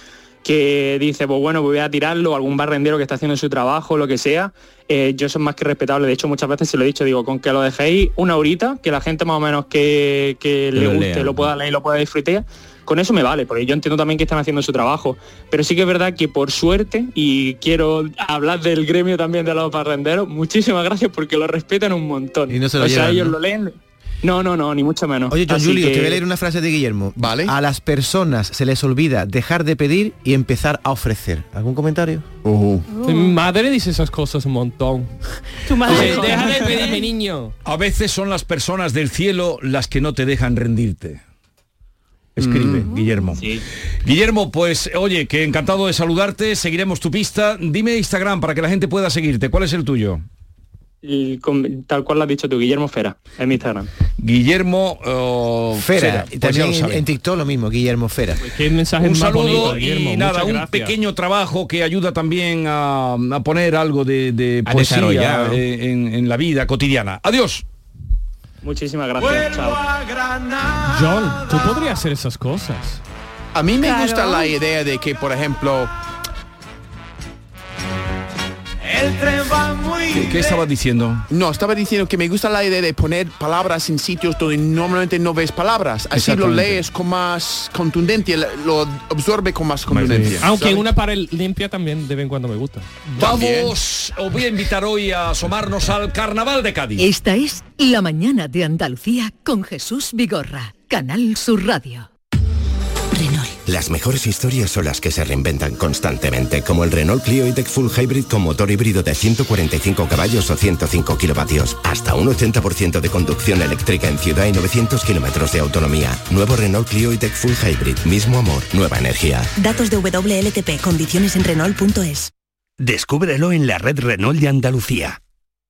[SPEAKER 9] que dice, pues bueno, voy a tirarlo, algún barrendero que está haciendo su trabajo, lo que sea, eh, yo soy más que respetable. De hecho, muchas veces se lo he dicho, digo, con que lo dejéis una horita, que la gente más o menos que, que le
[SPEAKER 5] lo
[SPEAKER 9] guste,
[SPEAKER 5] lea.
[SPEAKER 9] lo pueda leer, lo pueda disfrutar. Con eso me vale, porque yo entiendo también que están haciendo su trabajo. Pero sí que es verdad que por suerte, y quiero hablar del gremio también de los barrenderos, muchísimas gracias porque lo respetan un montón.
[SPEAKER 2] Y no se lo
[SPEAKER 9] o sea,
[SPEAKER 2] llevan,
[SPEAKER 9] ellos
[SPEAKER 2] ¿no?
[SPEAKER 9] lo leen, no, no, no, ni mucho menos.
[SPEAKER 2] Oye, John
[SPEAKER 9] Así
[SPEAKER 2] Julio,
[SPEAKER 9] que-
[SPEAKER 2] te voy a leer una frase de Guillermo.
[SPEAKER 6] Vale.
[SPEAKER 2] A las personas se les olvida dejar de pedir y empezar a ofrecer. ¿Algún comentario?
[SPEAKER 4] Mi madre dice esas cosas un montón.
[SPEAKER 3] Tu
[SPEAKER 4] madre. Deja de pedirme, niño.
[SPEAKER 1] A veces son las personas del cielo las que no te dejan rendirte. Escribe,
[SPEAKER 9] Mm.
[SPEAKER 1] Guillermo. Guillermo, pues oye, que encantado de saludarte, seguiremos tu pista. Dime Instagram para que la gente pueda seguirte. ¿Cuál es el tuyo?
[SPEAKER 9] el- con- tal cual lo has dicho tú, Guillermo Fera, en mi Instagram.
[SPEAKER 1] Guillermo oh,
[SPEAKER 2] eh, Fera.
[SPEAKER 1] pues
[SPEAKER 2] Y
[SPEAKER 1] ya
[SPEAKER 2] también
[SPEAKER 1] lo
[SPEAKER 2] en,
[SPEAKER 1] saben.
[SPEAKER 2] en TikTok lo mismo, Guillermo Fera.
[SPEAKER 4] Pues Qué mensaje
[SPEAKER 1] un
[SPEAKER 4] más
[SPEAKER 1] saludo
[SPEAKER 4] bonito,
[SPEAKER 1] y
[SPEAKER 4] Guillermo,
[SPEAKER 1] nada,
[SPEAKER 4] muchas
[SPEAKER 1] un
[SPEAKER 4] gracias.
[SPEAKER 1] pequeño trabajo que ayuda también a, a poner algo de, de
[SPEAKER 5] A
[SPEAKER 1] poesía
[SPEAKER 5] desarrollar.
[SPEAKER 1] eh, en, en la vida cotidiana. Adiós.
[SPEAKER 9] Muchísimas gracias. Chao.
[SPEAKER 4] John, tú podrías hacer esas cosas.
[SPEAKER 6] A mí me
[SPEAKER 4] Claro.
[SPEAKER 6] gusta la idea de que, por ejemplo,
[SPEAKER 8] El tren va muy
[SPEAKER 1] ¿Qué estabas diciendo?
[SPEAKER 6] no, estaba diciendo que me gusta la idea de poner palabras en sitios donde normalmente no ves palabras. Así lo
[SPEAKER 1] Exactamente.
[SPEAKER 6] lees con más contundencia, lo absorbe con más contundencia.
[SPEAKER 4] Aunque
[SPEAKER 6] ¿sabes?
[SPEAKER 4] una para el limpia también de vez en cuando me gusta.
[SPEAKER 1] Vamos, os voy a invitar hoy a asomarnos al Carnaval de Cádiz.
[SPEAKER 10] Esta es La mañana de Andalucía con Jesús Vigorra, Canal Sur Radio.
[SPEAKER 11] Las mejores historias son las que se reinventan constantemente, como el Renault Clio E-Tech Full Hybrid con motor híbrido de 145 caballos o 105 kilovatios. Hasta un 80% de conducción eléctrica en ciudad y 900 kilómetros de autonomía. Nuevo Renault Clio E-Tech Full Hybrid. Mismo amor, nueva energía.
[SPEAKER 12] Datos de WLTP, condiciones en Renault.es.
[SPEAKER 13] Descúbrelo en la red Renault de Andalucía.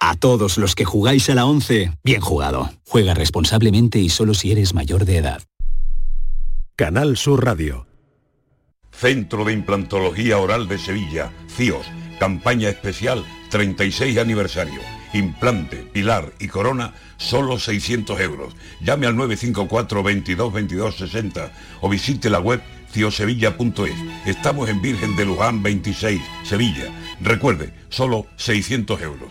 [SPEAKER 14] A todos los que jugáis a la 11, bien jugado. Juega responsablemente y solo si eres mayor de edad.
[SPEAKER 15] Canal Sur Radio.
[SPEAKER 16] Centro de Implantología Oral de Sevilla, CIOS, campaña especial 36 aniversario. Implante, pilar y corona, solo 600 euros. Llame al 954 22 22 60 o visite la web ciosevilla.es. Estamos en Virgen de Luján 26, Sevilla. Recuerde, solo 600 euros.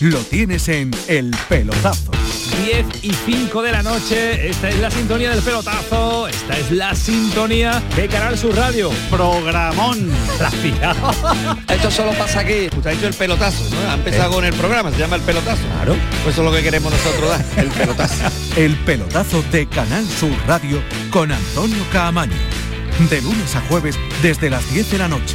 [SPEAKER 17] lo tienes en El Pelotazo.
[SPEAKER 7] 10 y 5 de la noche, esta es la sintonía del pelotazo, esta es la sintonía de Canal Sur Radio. Programón. La
[SPEAKER 18] Esto solo pasa aquí. Eh. Usted ha dicho el pelotazo, ¿no? Ha empezado con el programa, se llama el pelotazo. Claro. Pues eso es lo que queremos nosotros dar, el pelotazo.
[SPEAKER 17] El Pelotazo de Canal Sur Radio con Antonio Caamaño. De lunes a jueves desde las 10 de la noche.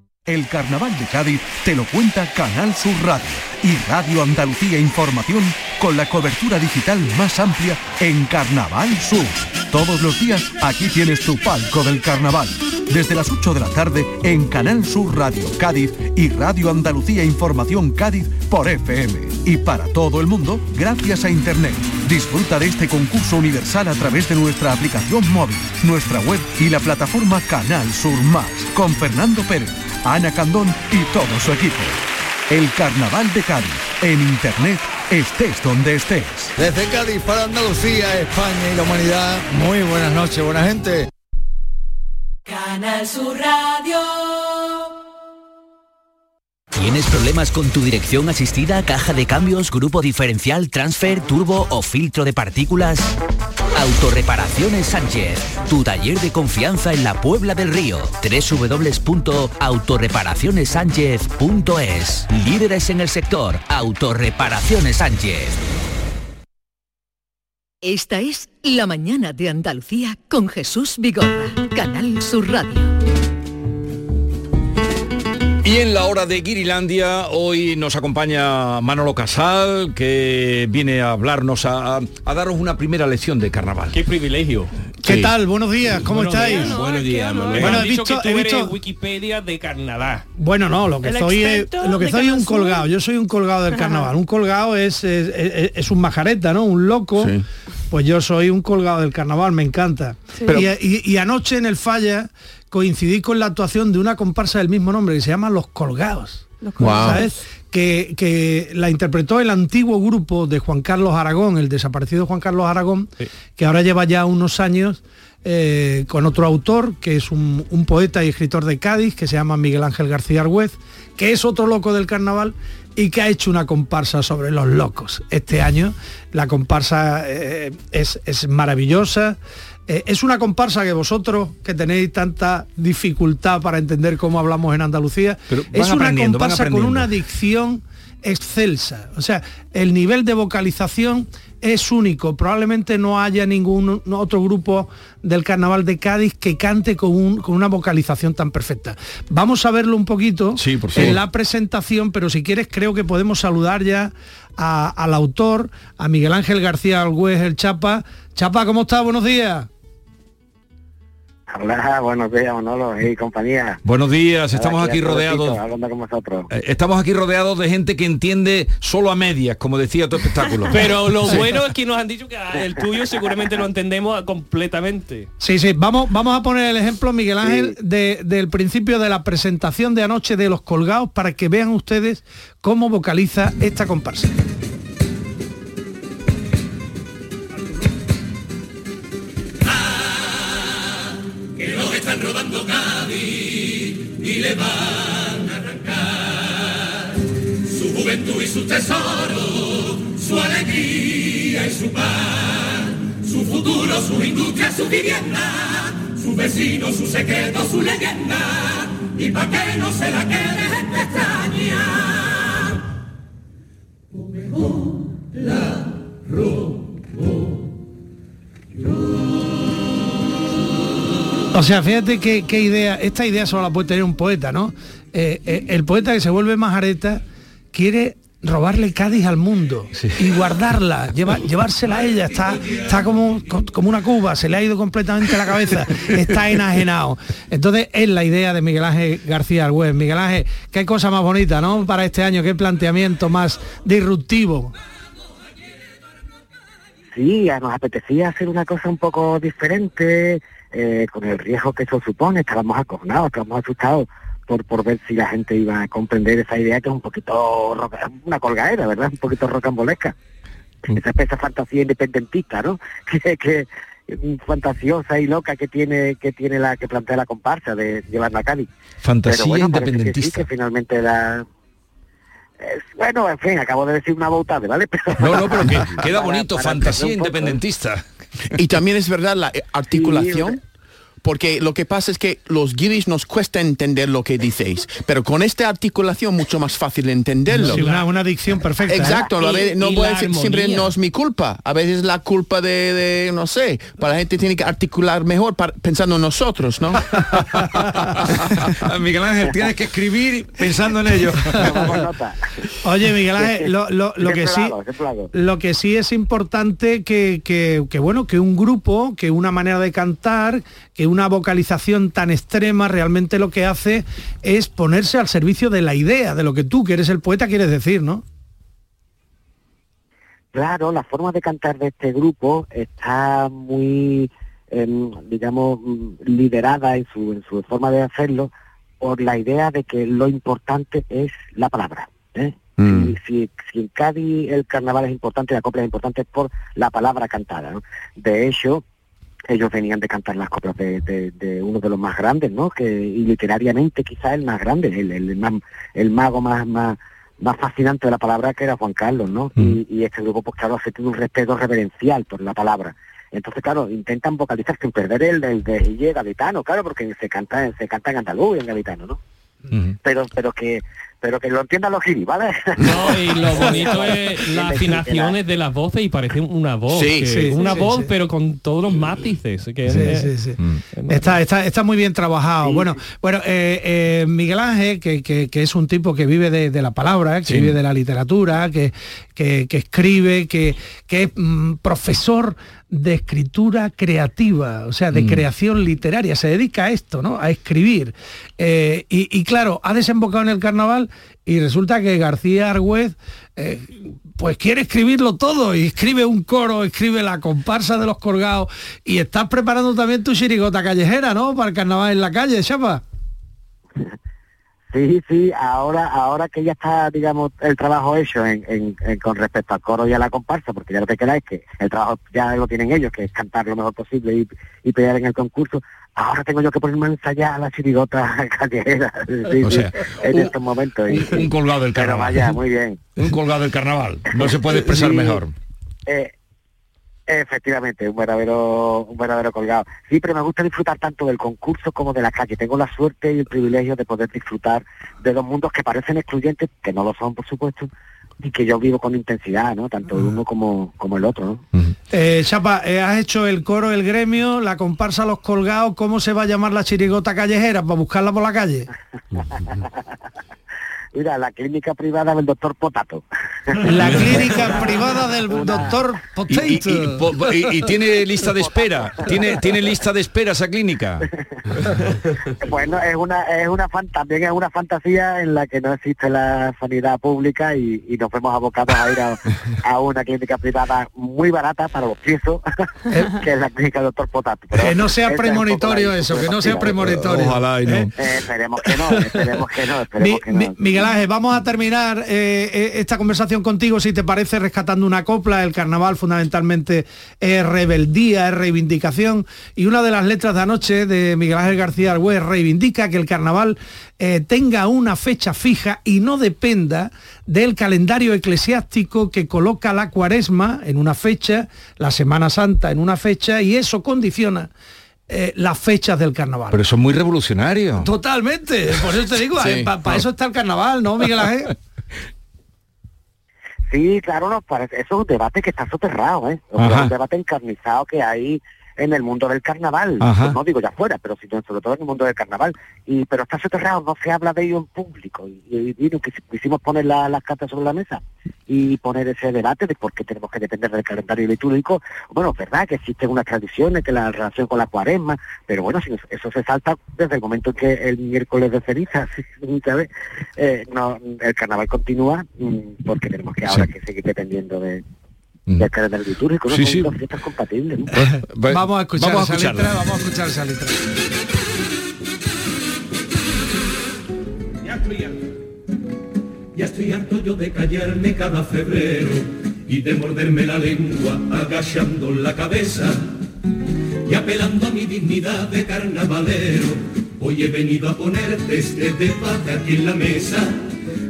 [SPEAKER 17] El Carnaval de Cádiz te lo cuenta Canal Sur Radio y Radio Andalucía Información con la cobertura digital más amplia en Carnaval Sur. Todos los días aquí tienes tu palco del carnaval. Desde las 8 de la tarde en Canal Sur Radio Cádiz y Radio Andalucía Información Cádiz por FM. Y para todo el mundo, gracias a Internet. Disfruta de este concurso universal a través de nuestra aplicación móvil, nuestra web y la plataforma Canal Sur Más con Fernando Pérez, Ana Candón y todo su equipo. El Carnaval de Cádiz, en Internet, estés donde estés.
[SPEAKER 19] Desde Cádiz para Andalucía, España y la humanidad, muy buenas noches, buena gente.
[SPEAKER 8] Canal Sur Radio.
[SPEAKER 20] ¿Tienes problemas con tu dirección asistida, caja de cambios, grupo diferencial, transfer, turbo o filtro de partículas? Autorreparaciones Sánchez, tu taller de confianza en la Puebla del Río. www.autorreparacionessánchez.es Líderes en el sector, Autorreparaciones Sánchez.
[SPEAKER 10] Esta es La mañana de Andalucía con Jesús Vigorra, Canal Sur Radio.
[SPEAKER 1] Y en la hora de Guirilandia hoy nos acompaña Manolo Casal, que viene a hablarnos, a, a- a daros una primera lección de carnaval. Qué
[SPEAKER 4] privilegio.
[SPEAKER 19] ¿Qué tal? Buenos días, ¿cómo
[SPEAKER 4] Buenos
[SPEAKER 19] estáis?
[SPEAKER 4] días, ¿no?
[SPEAKER 19] Buenos
[SPEAKER 4] días,
[SPEAKER 19] Manuel.
[SPEAKER 4] Bueno,
[SPEAKER 19] Bueno,
[SPEAKER 4] has
[SPEAKER 19] he
[SPEAKER 4] dicho
[SPEAKER 19] visto,
[SPEAKER 4] que
[SPEAKER 19] he
[SPEAKER 4] tú
[SPEAKER 19] visto-
[SPEAKER 4] eres Wikipedia de Canadá.
[SPEAKER 19] Bueno, no, lo que
[SPEAKER 4] El
[SPEAKER 19] soy es,
[SPEAKER 4] experto
[SPEAKER 19] lo que
[SPEAKER 4] de
[SPEAKER 19] soy es un
[SPEAKER 4] Canal Sur.
[SPEAKER 19] colgado. Yo soy un colgado del
[SPEAKER 4] Ajá.
[SPEAKER 19] carnaval. Un colgado es, es, es- es un majareta, ¿no? Un loco. Pues yo soy un colgado del carnaval, me encanta.
[SPEAKER 21] Sí. Pero-
[SPEAKER 19] Y, y- y anoche en el Falla coincidí con la actuación de una comparsa del mismo nombre que se llama Los Colgados.
[SPEAKER 21] Los Colgados.
[SPEAKER 19] ¿Sabes? Que, que la interpretó el antiguo grupo de Juan Carlos Aragón, el desaparecido Juan Carlos Aragón, que ahora lleva ya unos años eh, con otro autor, que es un, un poeta y escritor de Cádiz, que se llama Miguel Ángel García Argüez, que es otro loco del carnaval y que ha hecho una comparsa sobre los locos este año. La comparsa eh, es, es maravillosa. Eh, es una comparsa que vosotros, que tenéis tanta dificultad para entender cómo hablamos en Andalucía,
[SPEAKER 1] Pero van
[SPEAKER 19] es una
[SPEAKER 1] aprendiendo, van
[SPEAKER 19] comparsa con
[SPEAKER 1] aprendiendo.
[SPEAKER 19] una dicción excelsa. O sea, el nivel de vocalización es único. Probablemente no haya ningún otro grupo del Carnaval de Cádiz que cante con, un- con una vocalización tan perfecta. Vamos a verlo un poquito en la presentación, pero si quieres creo que podemos saludar ya a- al autor, a Miguel Ángel García Algüez, el Chapa. Chapa, ¿cómo estás? Buenos días.
[SPEAKER 22] Hola, buenos días, Manolo y compañía.
[SPEAKER 1] Buenos días,
[SPEAKER 22] Nada,
[SPEAKER 1] estamos aquí
[SPEAKER 22] a
[SPEAKER 1] rodeados.
[SPEAKER 22] todos, Hablando con vosotros.
[SPEAKER 1] Eh, Estamos aquí rodeados de gente que entiende solo a medias, como decía tu espectáculo.
[SPEAKER 4] Pero lo
[SPEAKER 1] Sí.
[SPEAKER 4] bueno es que nos han dicho que ah, el tuyo seguramente lo entendemos completamente.
[SPEAKER 19] Sí, sí, vamos, vamos a poner el ejemplo, Miguel Ángel, de- del principio de la presentación de anoche de Los Colgados para que vean ustedes cómo vocaliza esta comparsa.
[SPEAKER 8] Que los están rodando Cádiz y le van a arrancar su juventud y su tesoro, su alegría y su paz, su futuro, su industria, su vivienda, su vecino, su secreto, su leyenda. Y pa' que no se la quede gente extraña.
[SPEAKER 19] O sea, fíjate qué, qué idea, esta idea solo la puede tener un poeta, ¿no? Eh, eh, el poeta que se vuelve majareta, quiere robarle Cádiz al mundo y guardarla, lleva- llevársela a ella, está, está como, co- como una cuba, se le ha ido completamente la cabeza, está enajenado. Entonces es la idea de Miguel Ángel García Argüez. Miguel Ángel, qué cosa más bonita, ¿no? Para este año, qué planteamiento más disruptivo.
[SPEAKER 22] Sí, a- nos apetecía hacer una cosa un poco diferente, eh, con el riesgo que eso supone. Estábamos acornados, estábamos asustados por, por ver si la gente iba a comprender esa idea que es un poquito, roca- una colgadera, ¿verdad? Un poquito rocambolesca.
[SPEAKER 1] Mm.
[SPEAKER 22] Esa, esa fantasía independentista, ¿no? Que, que mm, fantasiosa y loca que tiene que tiene la que plantea la comparsa de llevarla a Cádiz.
[SPEAKER 1] Fantasía
[SPEAKER 22] Pero bueno, parece que sí,
[SPEAKER 1] independentista.
[SPEAKER 22] que finalmente la... es- bueno, en fin, acabo de decir una bautade, ¿vale? Pero-
[SPEAKER 1] No, no, pero que queda
[SPEAKER 22] Para-
[SPEAKER 1] bonito,
[SPEAKER 22] para
[SPEAKER 1] fantasía
[SPEAKER 22] entender un poco.
[SPEAKER 1] independentista.
[SPEAKER 2] Y también es verdad la eh, articulación. porque lo que pasa es que los guiris nos cuesta entender lo que diceis, pero con esta articulación mucho más fácil entenderlo.
[SPEAKER 19] Sí, una, una dicción perfecta. ¿eh?
[SPEAKER 2] Exacto, a veces no puede ser- siempre no es mi culpa, a veces es la culpa de, de, no sé, para la gente tiene que articular mejor para- pensando en nosotros, ¿no?
[SPEAKER 1] Miguel Ángel, tienes que escribir pensando en ello.
[SPEAKER 19] Oye, Miguel Ángel, lo, lo- lo que sí, lo que sí es importante que, que- que, bueno, que un grupo, que una manera de cantar, que una vocalización tan extrema realmente lo que hace es ponerse al servicio de la idea, de lo que tú, que eres el poeta, quieres decir, ¿no?
[SPEAKER 22] Claro, la forma de cantar de este grupo está muy, em, digamos, mm, liderada en su, en su forma de hacerlo por la idea de que lo importante es la palabra. ¿eh? Y si, si en Cádiz el carnaval es importante, la copla es importante es por la palabra cantada. ¿no? De hecho, ellos venían de cantar las coplas de, de- de uno de los más grandes, ¿no? Que, y literariamente quizás el más grande, el, el más, el mago más, más, más fascinante de la palabra que era Juan Carlos, ¿no? Y, y este grupo, pues claro, hace todo un respeto reverencial por la palabra. Entonces, claro, intentan vocalizar sin perder el, el de gaditano, claro, porque se canta, se canta en andaluz y en gaditano, ¿no? Pero, pero que, pero que lo entiendan los giris, ¿vale?
[SPEAKER 4] No, y lo bonito es las afinaciones de las voces y parece una voz.
[SPEAKER 19] Sí,
[SPEAKER 4] que-
[SPEAKER 19] sí,
[SPEAKER 4] una
[SPEAKER 19] sí,
[SPEAKER 4] voz,
[SPEAKER 19] sí.
[SPEAKER 4] pero con todos los matices. Que
[SPEAKER 19] Sí,
[SPEAKER 4] es-
[SPEAKER 19] sí, sí. Está, está, está muy bien trabajado. Bueno, bueno, eh, eh, Miguel Ángel, que, que- que es un tipo que vive de, de la palabra, que
[SPEAKER 3] Sí.
[SPEAKER 19] vive de la literatura, que, que- que escribe, que, que es mm, profesor de escritura creativa, o sea, de creación literaria, se dedica a esto, ¿no? A escribir. Eh, y, y claro, ha desembocado en el carnaval y resulta que García Argüez eh, pues quiere escribirlo todo y escribe un coro, escribe la comparsa de los colgados y estás preparando también tu chirigota callejera, ¿no? Para el carnaval en la calle, chapa.
[SPEAKER 22] Sí, sí, ahora, ahora que ya está, digamos, el trabajo hecho en, en- en- con respecto al coro y a la comparsa, porque ya lo que queda es que el trabajo ya lo tienen ellos, que es cantar lo mejor posible y, y pelear en el concurso, ahora tengo yo que ponerme a ensayar a la chirigota callejera sí,
[SPEAKER 1] O
[SPEAKER 22] sí,
[SPEAKER 1] sea,
[SPEAKER 22] en
[SPEAKER 1] un-
[SPEAKER 22] estos momentos. y-
[SPEAKER 1] Un colgado del
[SPEAKER 22] pero
[SPEAKER 1] carnaval.
[SPEAKER 22] vaya, muy bien.
[SPEAKER 1] Un colgado del carnaval. No se puede expresar
[SPEAKER 22] Sí.
[SPEAKER 1] mejor.
[SPEAKER 22] Eh, efectivamente, un verdadero, un verdadero colgado. Sí, pero me gusta disfrutar tanto del concurso como de la calle. Tengo la suerte y el privilegio de poder disfrutar de dos mundos que parecen excluyentes, que no lo son, por supuesto, y que yo vivo con intensidad, ¿no? Tanto el uno como, como el otro, ¿no?
[SPEAKER 19] Eh, chapa, eh, has hecho el coro, el gremio, la comparsa, los colgados, ¿cómo se va a llamar la chirigota callejera? ¿Para buscarla por la calle?
[SPEAKER 22] Mira, la clínica privada del doctor Potato.
[SPEAKER 19] La clínica privada del doctor
[SPEAKER 1] Y,
[SPEAKER 19] Potato.
[SPEAKER 1] y- y- po- po- y- y tiene lista de espera. Tiene, tiene lista de espera esa clínica.
[SPEAKER 22] Bueno, es una, es una fan, también es una fantasía en la que no existe la sanidad pública y, y nos vemos abocados a ir a, a una clínica privada muy barata para los pisos, que es la clínica doctor Potato. Pero
[SPEAKER 19] Que no sea
[SPEAKER 22] esa es un poco
[SPEAKER 19] premonitorio
[SPEAKER 22] la
[SPEAKER 19] eso, que no
[SPEAKER 22] historia.
[SPEAKER 19] sea premonitorio.
[SPEAKER 1] Ojalá y no.
[SPEAKER 19] ¿eh?
[SPEAKER 22] Eh, esperemos que no, esperemos que no, esperemos
[SPEAKER 19] Mi-
[SPEAKER 22] que no.
[SPEAKER 19] Mi- Miguel Ángel, vamos a terminar eh, eh, esta conversación contigo, si te parece, rescatando una copla. El carnaval fundamentalmente es rebeldía, es reivindicación. Y una de las letras de anoche de Miguel Ángel García Argüez reivindica que el carnaval eh, tenga una fecha fija y no dependa del calendario eclesiástico que coloca la cuaresma en una fecha, la Semana Santa en una fecha, y eso condiciona eh, las fechas del carnaval.
[SPEAKER 1] Pero eso es muy revolucionario.
[SPEAKER 19] Totalmente, por eso te digo,
[SPEAKER 1] Sí.
[SPEAKER 19] para eso está el carnaval, ¿no, Miguel Ángel?
[SPEAKER 22] Sí, claro, nos parece, eso es un debate que está soterrado, ¿eh? O sea,
[SPEAKER 8] Ajá.
[SPEAKER 22] un debate encarnizado que hay en el mundo del carnaval, Pues
[SPEAKER 23] Ajá.
[SPEAKER 22] no digo ya fuera, pero sino sobre todo en el mundo del carnaval. Y pero está soterrado, no se habla de ello en público. Y, y, y que quisimos poner la- las cartas sobre la mesa y poner ese debate de por qué tenemos que depender del calendario litúrgico. Bueno, es verdad que existen unas tradiciones, que la relación con la cuaresma, pero bueno, si eso se salta desde el momento en que el miércoles de ceniza, ¿sabes? Eh, no, el carnaval continúa mm, porque tenemos que ahora que seguir dependiendo de,
[SPEAKER 19] Mm.
[SPEAKER 22] del calendario litúrgico. No
[SPEAKER 1] Sí,
[SPEAKER 22] son
[SPEAKER 1] sí.
[SPEAKER 22] dos fiestas compatibles. ¿no?
[SPEAKER 19] Vamos a escuchar
[SPEAKER 22] Vamos a
[SPEAKER 19] esa
[SPEAKER 22] escucharla.
[SPEAKER 19] letra, vamos a escuchar esa letra.
[SPEAKER 8] Ya estoy harto. Ya estoy harto yo de callarme cada febrero y de morderme la lengua agachando la cabeza y apelando a mi dignidad de carnavalero. Hoy he venido a ponerte este debate aquí en la mesa,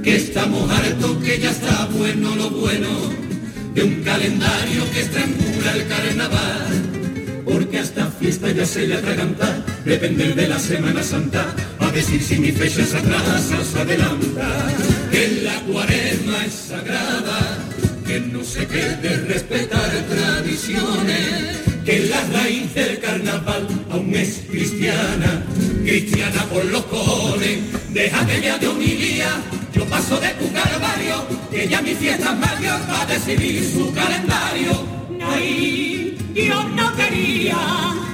[SPEAKER 8] que estamos hartos, que ya está bueno lo bueno, de un calendario que estrangula el carnaval, porque hasta fiesta ya se le atraganta, depender de la Semana Santa, a decir si mi fecha se atrasa o se adelanta, que la cuaresma es sagrada, que no se quede respetar tradiciones, que la raíz del carnaval aún es cristiana, cristiana por los cojones, déjate ya de homilía, yo paso de tu calvario, que ya mi fiesta mayor va a decidir su calendario. Ay, yo no quería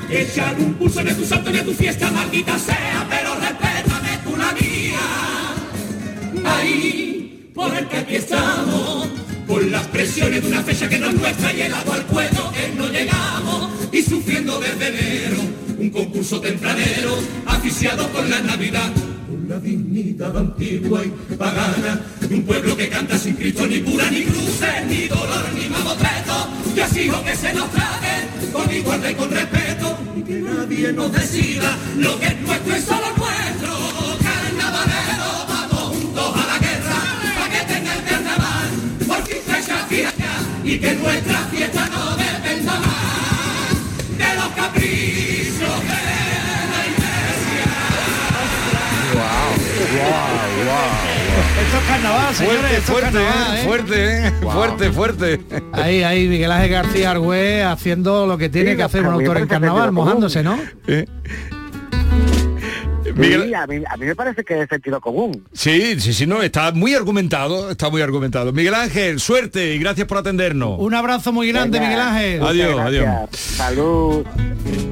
[SPEAKER 8] echar un pulso de tu santo ni a tu fiesta, maldita sea, pero respétame tu la mía. Ahí, porque aquí estamos, con las presiones de una fecha que no es nuestra y el agua al cuello que no llegamos, y sufriendo desde enero, un concurso tempranero, aficiado por la Navidad. Con la dignidad antigua y pagana de un pueblo que canta sin Cristo ni cura, ni cruces, ni dolor, ni mamotreto. Yo exijo que se nos trague con igualdad y con respeto y que nadie nos decida lo que es nuestro y solo nuestro. Carnavalero, vamos juntos a la guerra para que tenga el carnaval por fin fecha fiesta y que nuestra fiesta no dependa más de los caprichos de la iglesia.
[SPEAKER 19] Esto es carnaval, señores. esto
[SPEAKER 1] Fuerte,
[SPEAKER 19] es carnaval,
[SPEAKER 1] fuerte, eh,
[SPEAKER 19] ¿eh?
[SPEAKER 1] fuerte, eh,
[SPEAKER 19] Wow.
[SPEAKER 1] fuerte, fuerte.
[SPEAKER 19] Ahí, ahí, Miguel Ángel García Argüez haciendo lo que tiene
[SPEAKER 22] Sí,
[SPEAKER 19] que hacer un
[SPEAKER 22] a mí me
[SPEAKER 19] autor en
[SPEAKER 22] parece que
[SPEAKER 19] carnaval,
[SPEAKER 22] tiene razón.
[SPEAKER 19] mojándose, ¿no?
[SPEAKER 22] Sí, a, mí, a mí me parece que es sentido común.
[SPEAKER 1] Sí, sí, sí, no, está muy argumentado, está muy argumentado. Miguel Ángel, suerte y gracias por atendernos.
[SPEAKER 19] Un abrazo muy grande,
[SPEAKER 1] Venga,
[SPEAKER 19] Miguel Ángel.
[SPEAKER 1] muchas Adiós, gracias. adiós.
[SPEAKER 22] Salud.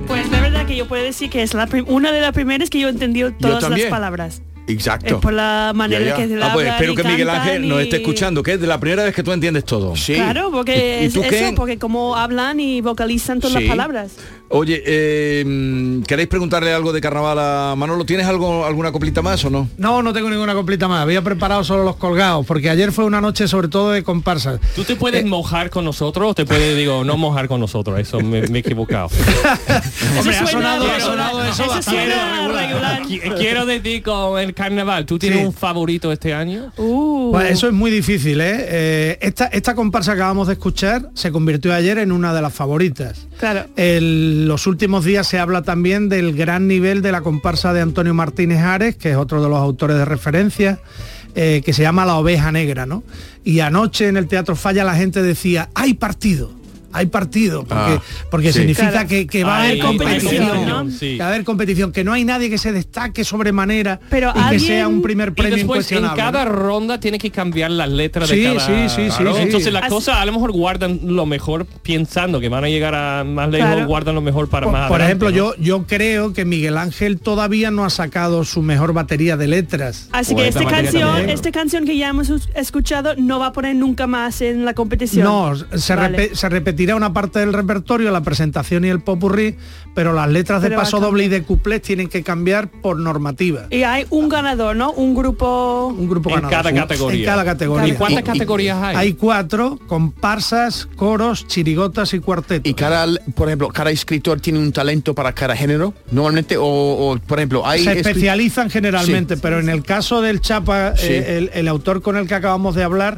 [SPEAKER 3] Pues la verdad que yo puedo decir que es la prim- una de las primeras que yo he entendido todas las
[SPEAKER 1] también.
[SPEAKER 3] palabras.
[SPEAKER 1] Exacto.
[SPEAKER 3] Es por la manera que se la
[SPEAKER 1] Ah, pues
[SPEAKER 3] hablan
[SPEAKER 1] espero
[SPEAKER 3] y
[SPEAKER 1] que Miguel
[SPEAKER 3] cantan
[SPEAKER 1] Ángel nos
[SPEAKER 3] y-
[SPEAKER 1] esté escuchando, que es de la primera vez que tú entiendes todo. Sí.
[SPEAKER 3] Claro, porque
[SPEAKER 1] ¿Y, y
[SPEAKER 3] es
[SPEAKER 1] tú
[SPEAKER 3] eso,
[SPEAKER 1] qué?
[SPEAKER 3] porque como hablan y vocalizan todas
[SPEAKER 1] Sí.
[SPEAKER 3] las palabras.
[SPEAKER 1] Oye, eh, mm, ¿queréis preguntarle algo de carnaval a Manolo? ¿Tienes algo, alguna coplita más o no?
[SPEAKER 19] No, no tengo ninguna completa más. Había preparado solo los colgados, porque ayer fue una noche sobre todo de comparsas.
[SPEAKER 4] ¿Tú te puedes mojar con nosotros o te puedes, digo, no mojar con nosotros? Eso me, me he equivocado.
[SPEAKER 19] Hombre, ha sonado, ha
[SPEAKER 4] regular.
[SPEAKER 19] sonado eso, bastante regular.
[SPEAKER 4] Qui- Quiero decir con el carnaval, ¿tú tienes
[SPEAKER 19] Sí.
[SPEAKER 4] un favorito este año?
[SPEAKER 19] Pues eso es muy difícil, ¿eh? Eh, esta, esta comparsa que acabamos de escuchar se convirtió ayer en una de las favoritas.
[SPEAKER 3] Claro.
[SPEAKER 19] El- los últimos días se habla también del gran nivel de la comparsa de Antonio Martínez Ares, que es otro de los autores de referencia, eh, que se llama La Oveja Negra, ¿no? Y anoche en el Teatro Falla la gente decía, hay partido, hay partido, porque,
[SPEAKER 2] Ah,
[SPEAKER 19] porque
[SPEAKER 2] sí.
[SPEAKER 19] significa
[SPEAKER 2] Claro.
[SPEAKER 19] que, que va a
[SPEAKER 2] Hay
[SPEAKER 19] haber competición,
[SPEAKER 2] competición, sí.
[SPEAKER 19] que va a haber competición, que no hay nadie que se destaque sobremanera
[SPEAKER 4] Pero
[SPEAKER 19] y que sea un primer premio
[SPEAKER 4] y después en
[SPEAKER 19] incuestionable. ¿no?
[SPEAKER 4] cada ronda tiene que cambiar las letras
[SPEAKER 19] Sí,
[SPEAKER 4] de cada
[SPEAKER 19] sí, sí, sí, sí.
[SPEAKER 4] entonces las
[SPEAKER 19] Así-
[SPEAKER 4] cosas a lo mejor guardan lo mejor pensando que van a llegar a más lejos
[SPEAKER 19] Claro.
[SPEAKER 4] guardan lo mejor para más
[SPEAKER 19] Por
[SPEAKER 4] adelante,
[SPEAKER 19] ejemplo,
[SPEAKER 4] ¿no?
[SPEAKER 19] yo, yo creo que Miguel Ángel todavía no ha sacado su mejor batería de letras.
[SPEAKER 3] Así que esta canción, este esta canción que ya hemos us- escuchado no va a poner nunca más en la competición.
[SPEAKER 19] No, se,
[SPEAKER 3] Vale.
[SPEAKER 19] repe- se repetirá una parte del repertorio, la presentación y el popurrí, pero las letras de
[SPEAKER 3] Pero va a
[SPEAKER 19] paso doble y de cuplés tienen que cambiar por normativa.
[SPEAKER 3] Y hay un ganador, ¿no? Un grupo.
[SPEAKER 19] Un grupo ganador. Un- En cada categoría.
[SPEAKER 4] ¿Y cuántas categorías hay?
[SPEAKER 19] Hay cuatro, comparsas, coros, chirigotas y cuartetos.
[SPEAKER 6] Y cada, por ejemplo, cada escritor tiene un talento para cada género, normalmente, o, o, por ejemplo, hay...
[SPEAKER 19] se
[SPEAKER 6] escri-
[SPEAKER 19] especializan generalmente, pero en el caso del Chapa,
[SPEAKER 6] Sí.
[SPEAKER 19] eh, el, el autor con el que acabamos de hablar,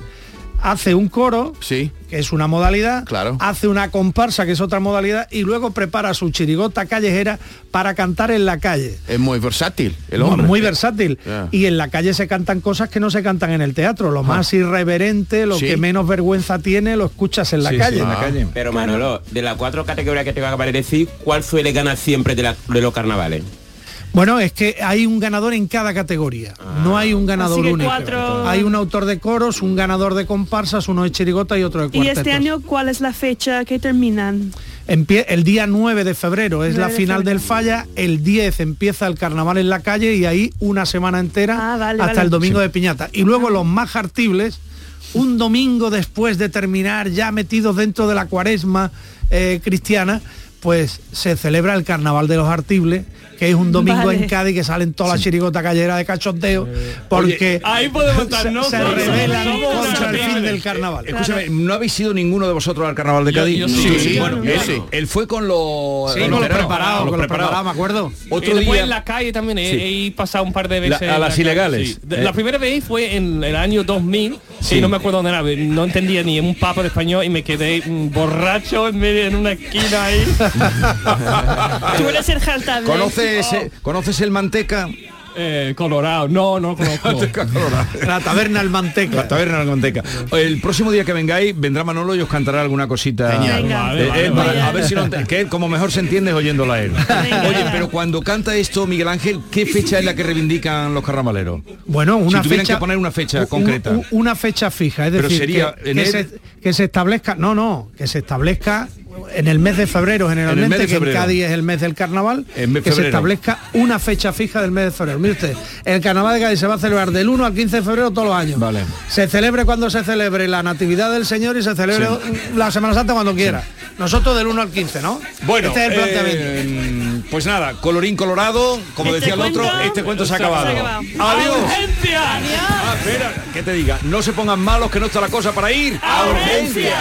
[SPEAKER 19] hace un coro,
[SPEAKER 2] sí.
[SPEAKER 19] que es una modalidad,
[SPEAKER 2] Claro.
[SPEAKER 19] hace una comparsa, que es otra modalidad, y luego prepara su chirigota callejera para cantar en la calle.
[SPEAKER 2] Es muy versátil el hombre.
[SPEAKER 19] Muy versátil.
[SPEAKER 2] Ya. Ah.
[SPEAKER 19] Y en la calle se cantan cosas que no se cantan en el teatro. Lo más irreverente, lo
[SPEAKER 15] Sí.
[SPEAKER 19] que menos vergüenza tiene, lo escuchas en la calle.
[SPEAKER 15] Pero Manolo, de las cuatro categorías que te acabas de decir, ¿cuál suele ganar siempre de, la- de los carnavales?
[SPEAKER 19] Bueno, es que hay un ganador en cada categoría. No hay un ganador
[SPEAKER 6] Así que
[SPEAKER 19] único.
[SPEAKER 6] cuatro-
[SPEAKER 19] Hay un autor de coros, un ganador de comparsas, uno de chirigota y otro de
[SPEAKER 6] ¿Y
[SPEAKER 19] cuartetos.
[SPEAKER 6] este año cuál es la fecha que terminan?
[SPEAKER 19] Empie- el día 9 de febrero es
[SPEAKER 6] 9
[SPEAKER 19] la
[SPEAKER 6] de
[SPEAKER 19] final del falla, el 10 empieza el carnaval en la calle y ahí una semana entera hasta
[SPEAKER 6] Ah, vale. Ah.
[SPEAKER 19] el domingo
[SPEAKER 6] Sí.
[SPEAKER 19] de piñata. Y luego los más hartibles, un domingo después de terminar, ya metidos dentro de la cuaresma eh, cristiana, pues se celebra el carnaval de los hartibles, que es un domingo
[SPEAKER 4] Vale.
[SPEAKER 19] en Cádiz que salen todas las chirigotas calleras de cachondeo, porque
[SPEAKER 4] ahí podemos estar, ¿no?
[SPEAKER 19] se, se
[SPEAKER 4] Somos-
[SPEAKER 19] rebelan
[SPEAKER 4] somos
[SPEAKER 19] contra el fin
[SPEAKER 4] hartibles.
[SPEAKER 19] del carnaval.
[SPEAKER 1] Escúchame, ¿no habéis ido ninguno de vosotros al carnaval de
[SPEAKER 19] Yo-
[SPEAKER 1] Cádiz?
[SPEAKER 19] yo sí. Sí, sí,
[SPEAKER 1] Bueno,
[SPEAKER 19] yo
[SPEAKER 1] él,
[SPEAKER 19] sí.
[SPEAKER 1] él fue con los
[SPEAKER 19] Sí, con los preparados, con los preparados, me acuerdo.
[SPEAKER 1] Otro
[SPEAKER 4] y después
[SPEAKER 1] día-
[SPEAKER 4] en la calle también he,
[SPEAKER 1] Sí.
[SPEAKER 4] he pasado un par de
[SPEAKER 1] La-
[SPEAKER 4] veces.
[SPEAKER 1] a
[SPEAKER 4] en
[SPEAKER 1] las
[SPEAKER 4] calle,
[SPEAKER 1] ilegales,
[SPEAKER 4] sí. De-
[SPEAKER 1] eh.
[SPEAKER 4] La primera vez fue en el año 2000,
[SPEAKER 1] Sí.
[SPEAKER 4] y no me acuerdo dónde era, no entendía ni un papo de español y me quedé mm, borracho en medio en una esquina ahí.
[SPEAKER 6] Suele ser jaltable.
[SPEAKER 1] ¿Conoces,
[SPEAKER 3] Oh.
[SPEAKER 1] eh, ¿Conoces el manteca?
[SPEAKER 4] colorado, no, no conozco.
[SPEAKER 19] La taberna del manteca.
[SPEAKER 1] La taberna del manteca. El próximo día que vengáis, vendrá Manolo y os cantará alguna cosita.
[SPEAKER 19] Genial. Venga.
[SPEAKER 1] Eh, eh,
[SPEAKER 19] Vale, vale,
[SPEAKER 1] para- a
[SPEAKER 19] vale.
[SPEAKER 1] ver si lo ent- que como mejor se entiende es oyéndola a él. Oye, pero cuando canta esto Miguel Ángel, ¿qué fecha es la que reivindican los carramaleros?
[SPEAKER 19] Bueno, una
[SPEAKER 1] si tuvieran
[SPEAKER 19] fecha-
[SPEAKER 1] que poner una fecha
[SPEAKER 19] un-
[SPEAKER 1] concreta.
[SPEAKER 19] un- una fecha fija, es
[SPEAKER 1] Pero
[SPEAKER 19] decir,
[SPEAKER 1] sería
[SPEAKER 19] que,
[SPEAKER 1] en
[SPEAKER 19] que
[SPEAKER 1] el-
[SPEAKER 19] se, que se establezca, no, no, que se establezca en el mes de febrero generalmente,
[SPEAKER 1] mes de
[SPEAKER 19] que
[SPEAKER 1] febrero.
[SPEAKER 19] en Cádiz es el mes del carnaval,
[SPEAKER 1] En mes
[SPEAKER 19] que se
[SPEAKER 1] febrero.
[SPEAKER 19] establezca una fecha fija del mes de febrero. Mire usted, el carnaval de Cádiz se va a celebrar del 1 al 15 de febrero todos los años.
[SPEAKER 1] Vale.
[SPEAKER 19] Se celebre cuando se celebre la Natividad del Señor y se celebre la Semana Santa cuando quiera. Nosotros del 1 al 15, ¿no?
[SPEAKER 1] Bueno,
[SPEAKER 19] este es el planteamiento.
[SPEAKER 1] eh, pues nada, colorín colorado, como
[SPEAKER 19] Este
[SPEAKER 1] decía el otro,
[SPEAKER 19] cuento-
[SPEAKER 1] este cuento se ha
[SPEAKER 19] se ha
[SPEAKER 1] acabado.
[SPEAKER 19] acabado.
[SPEAKER 1] Adiós.
[SPEAKER 4] ¡Urgencia!
[SPEAKER 1] Ah, espera, que te diga, no se pongan malos que no está la cosa para ir.
[SPEAKER 8] ¡A urgencia!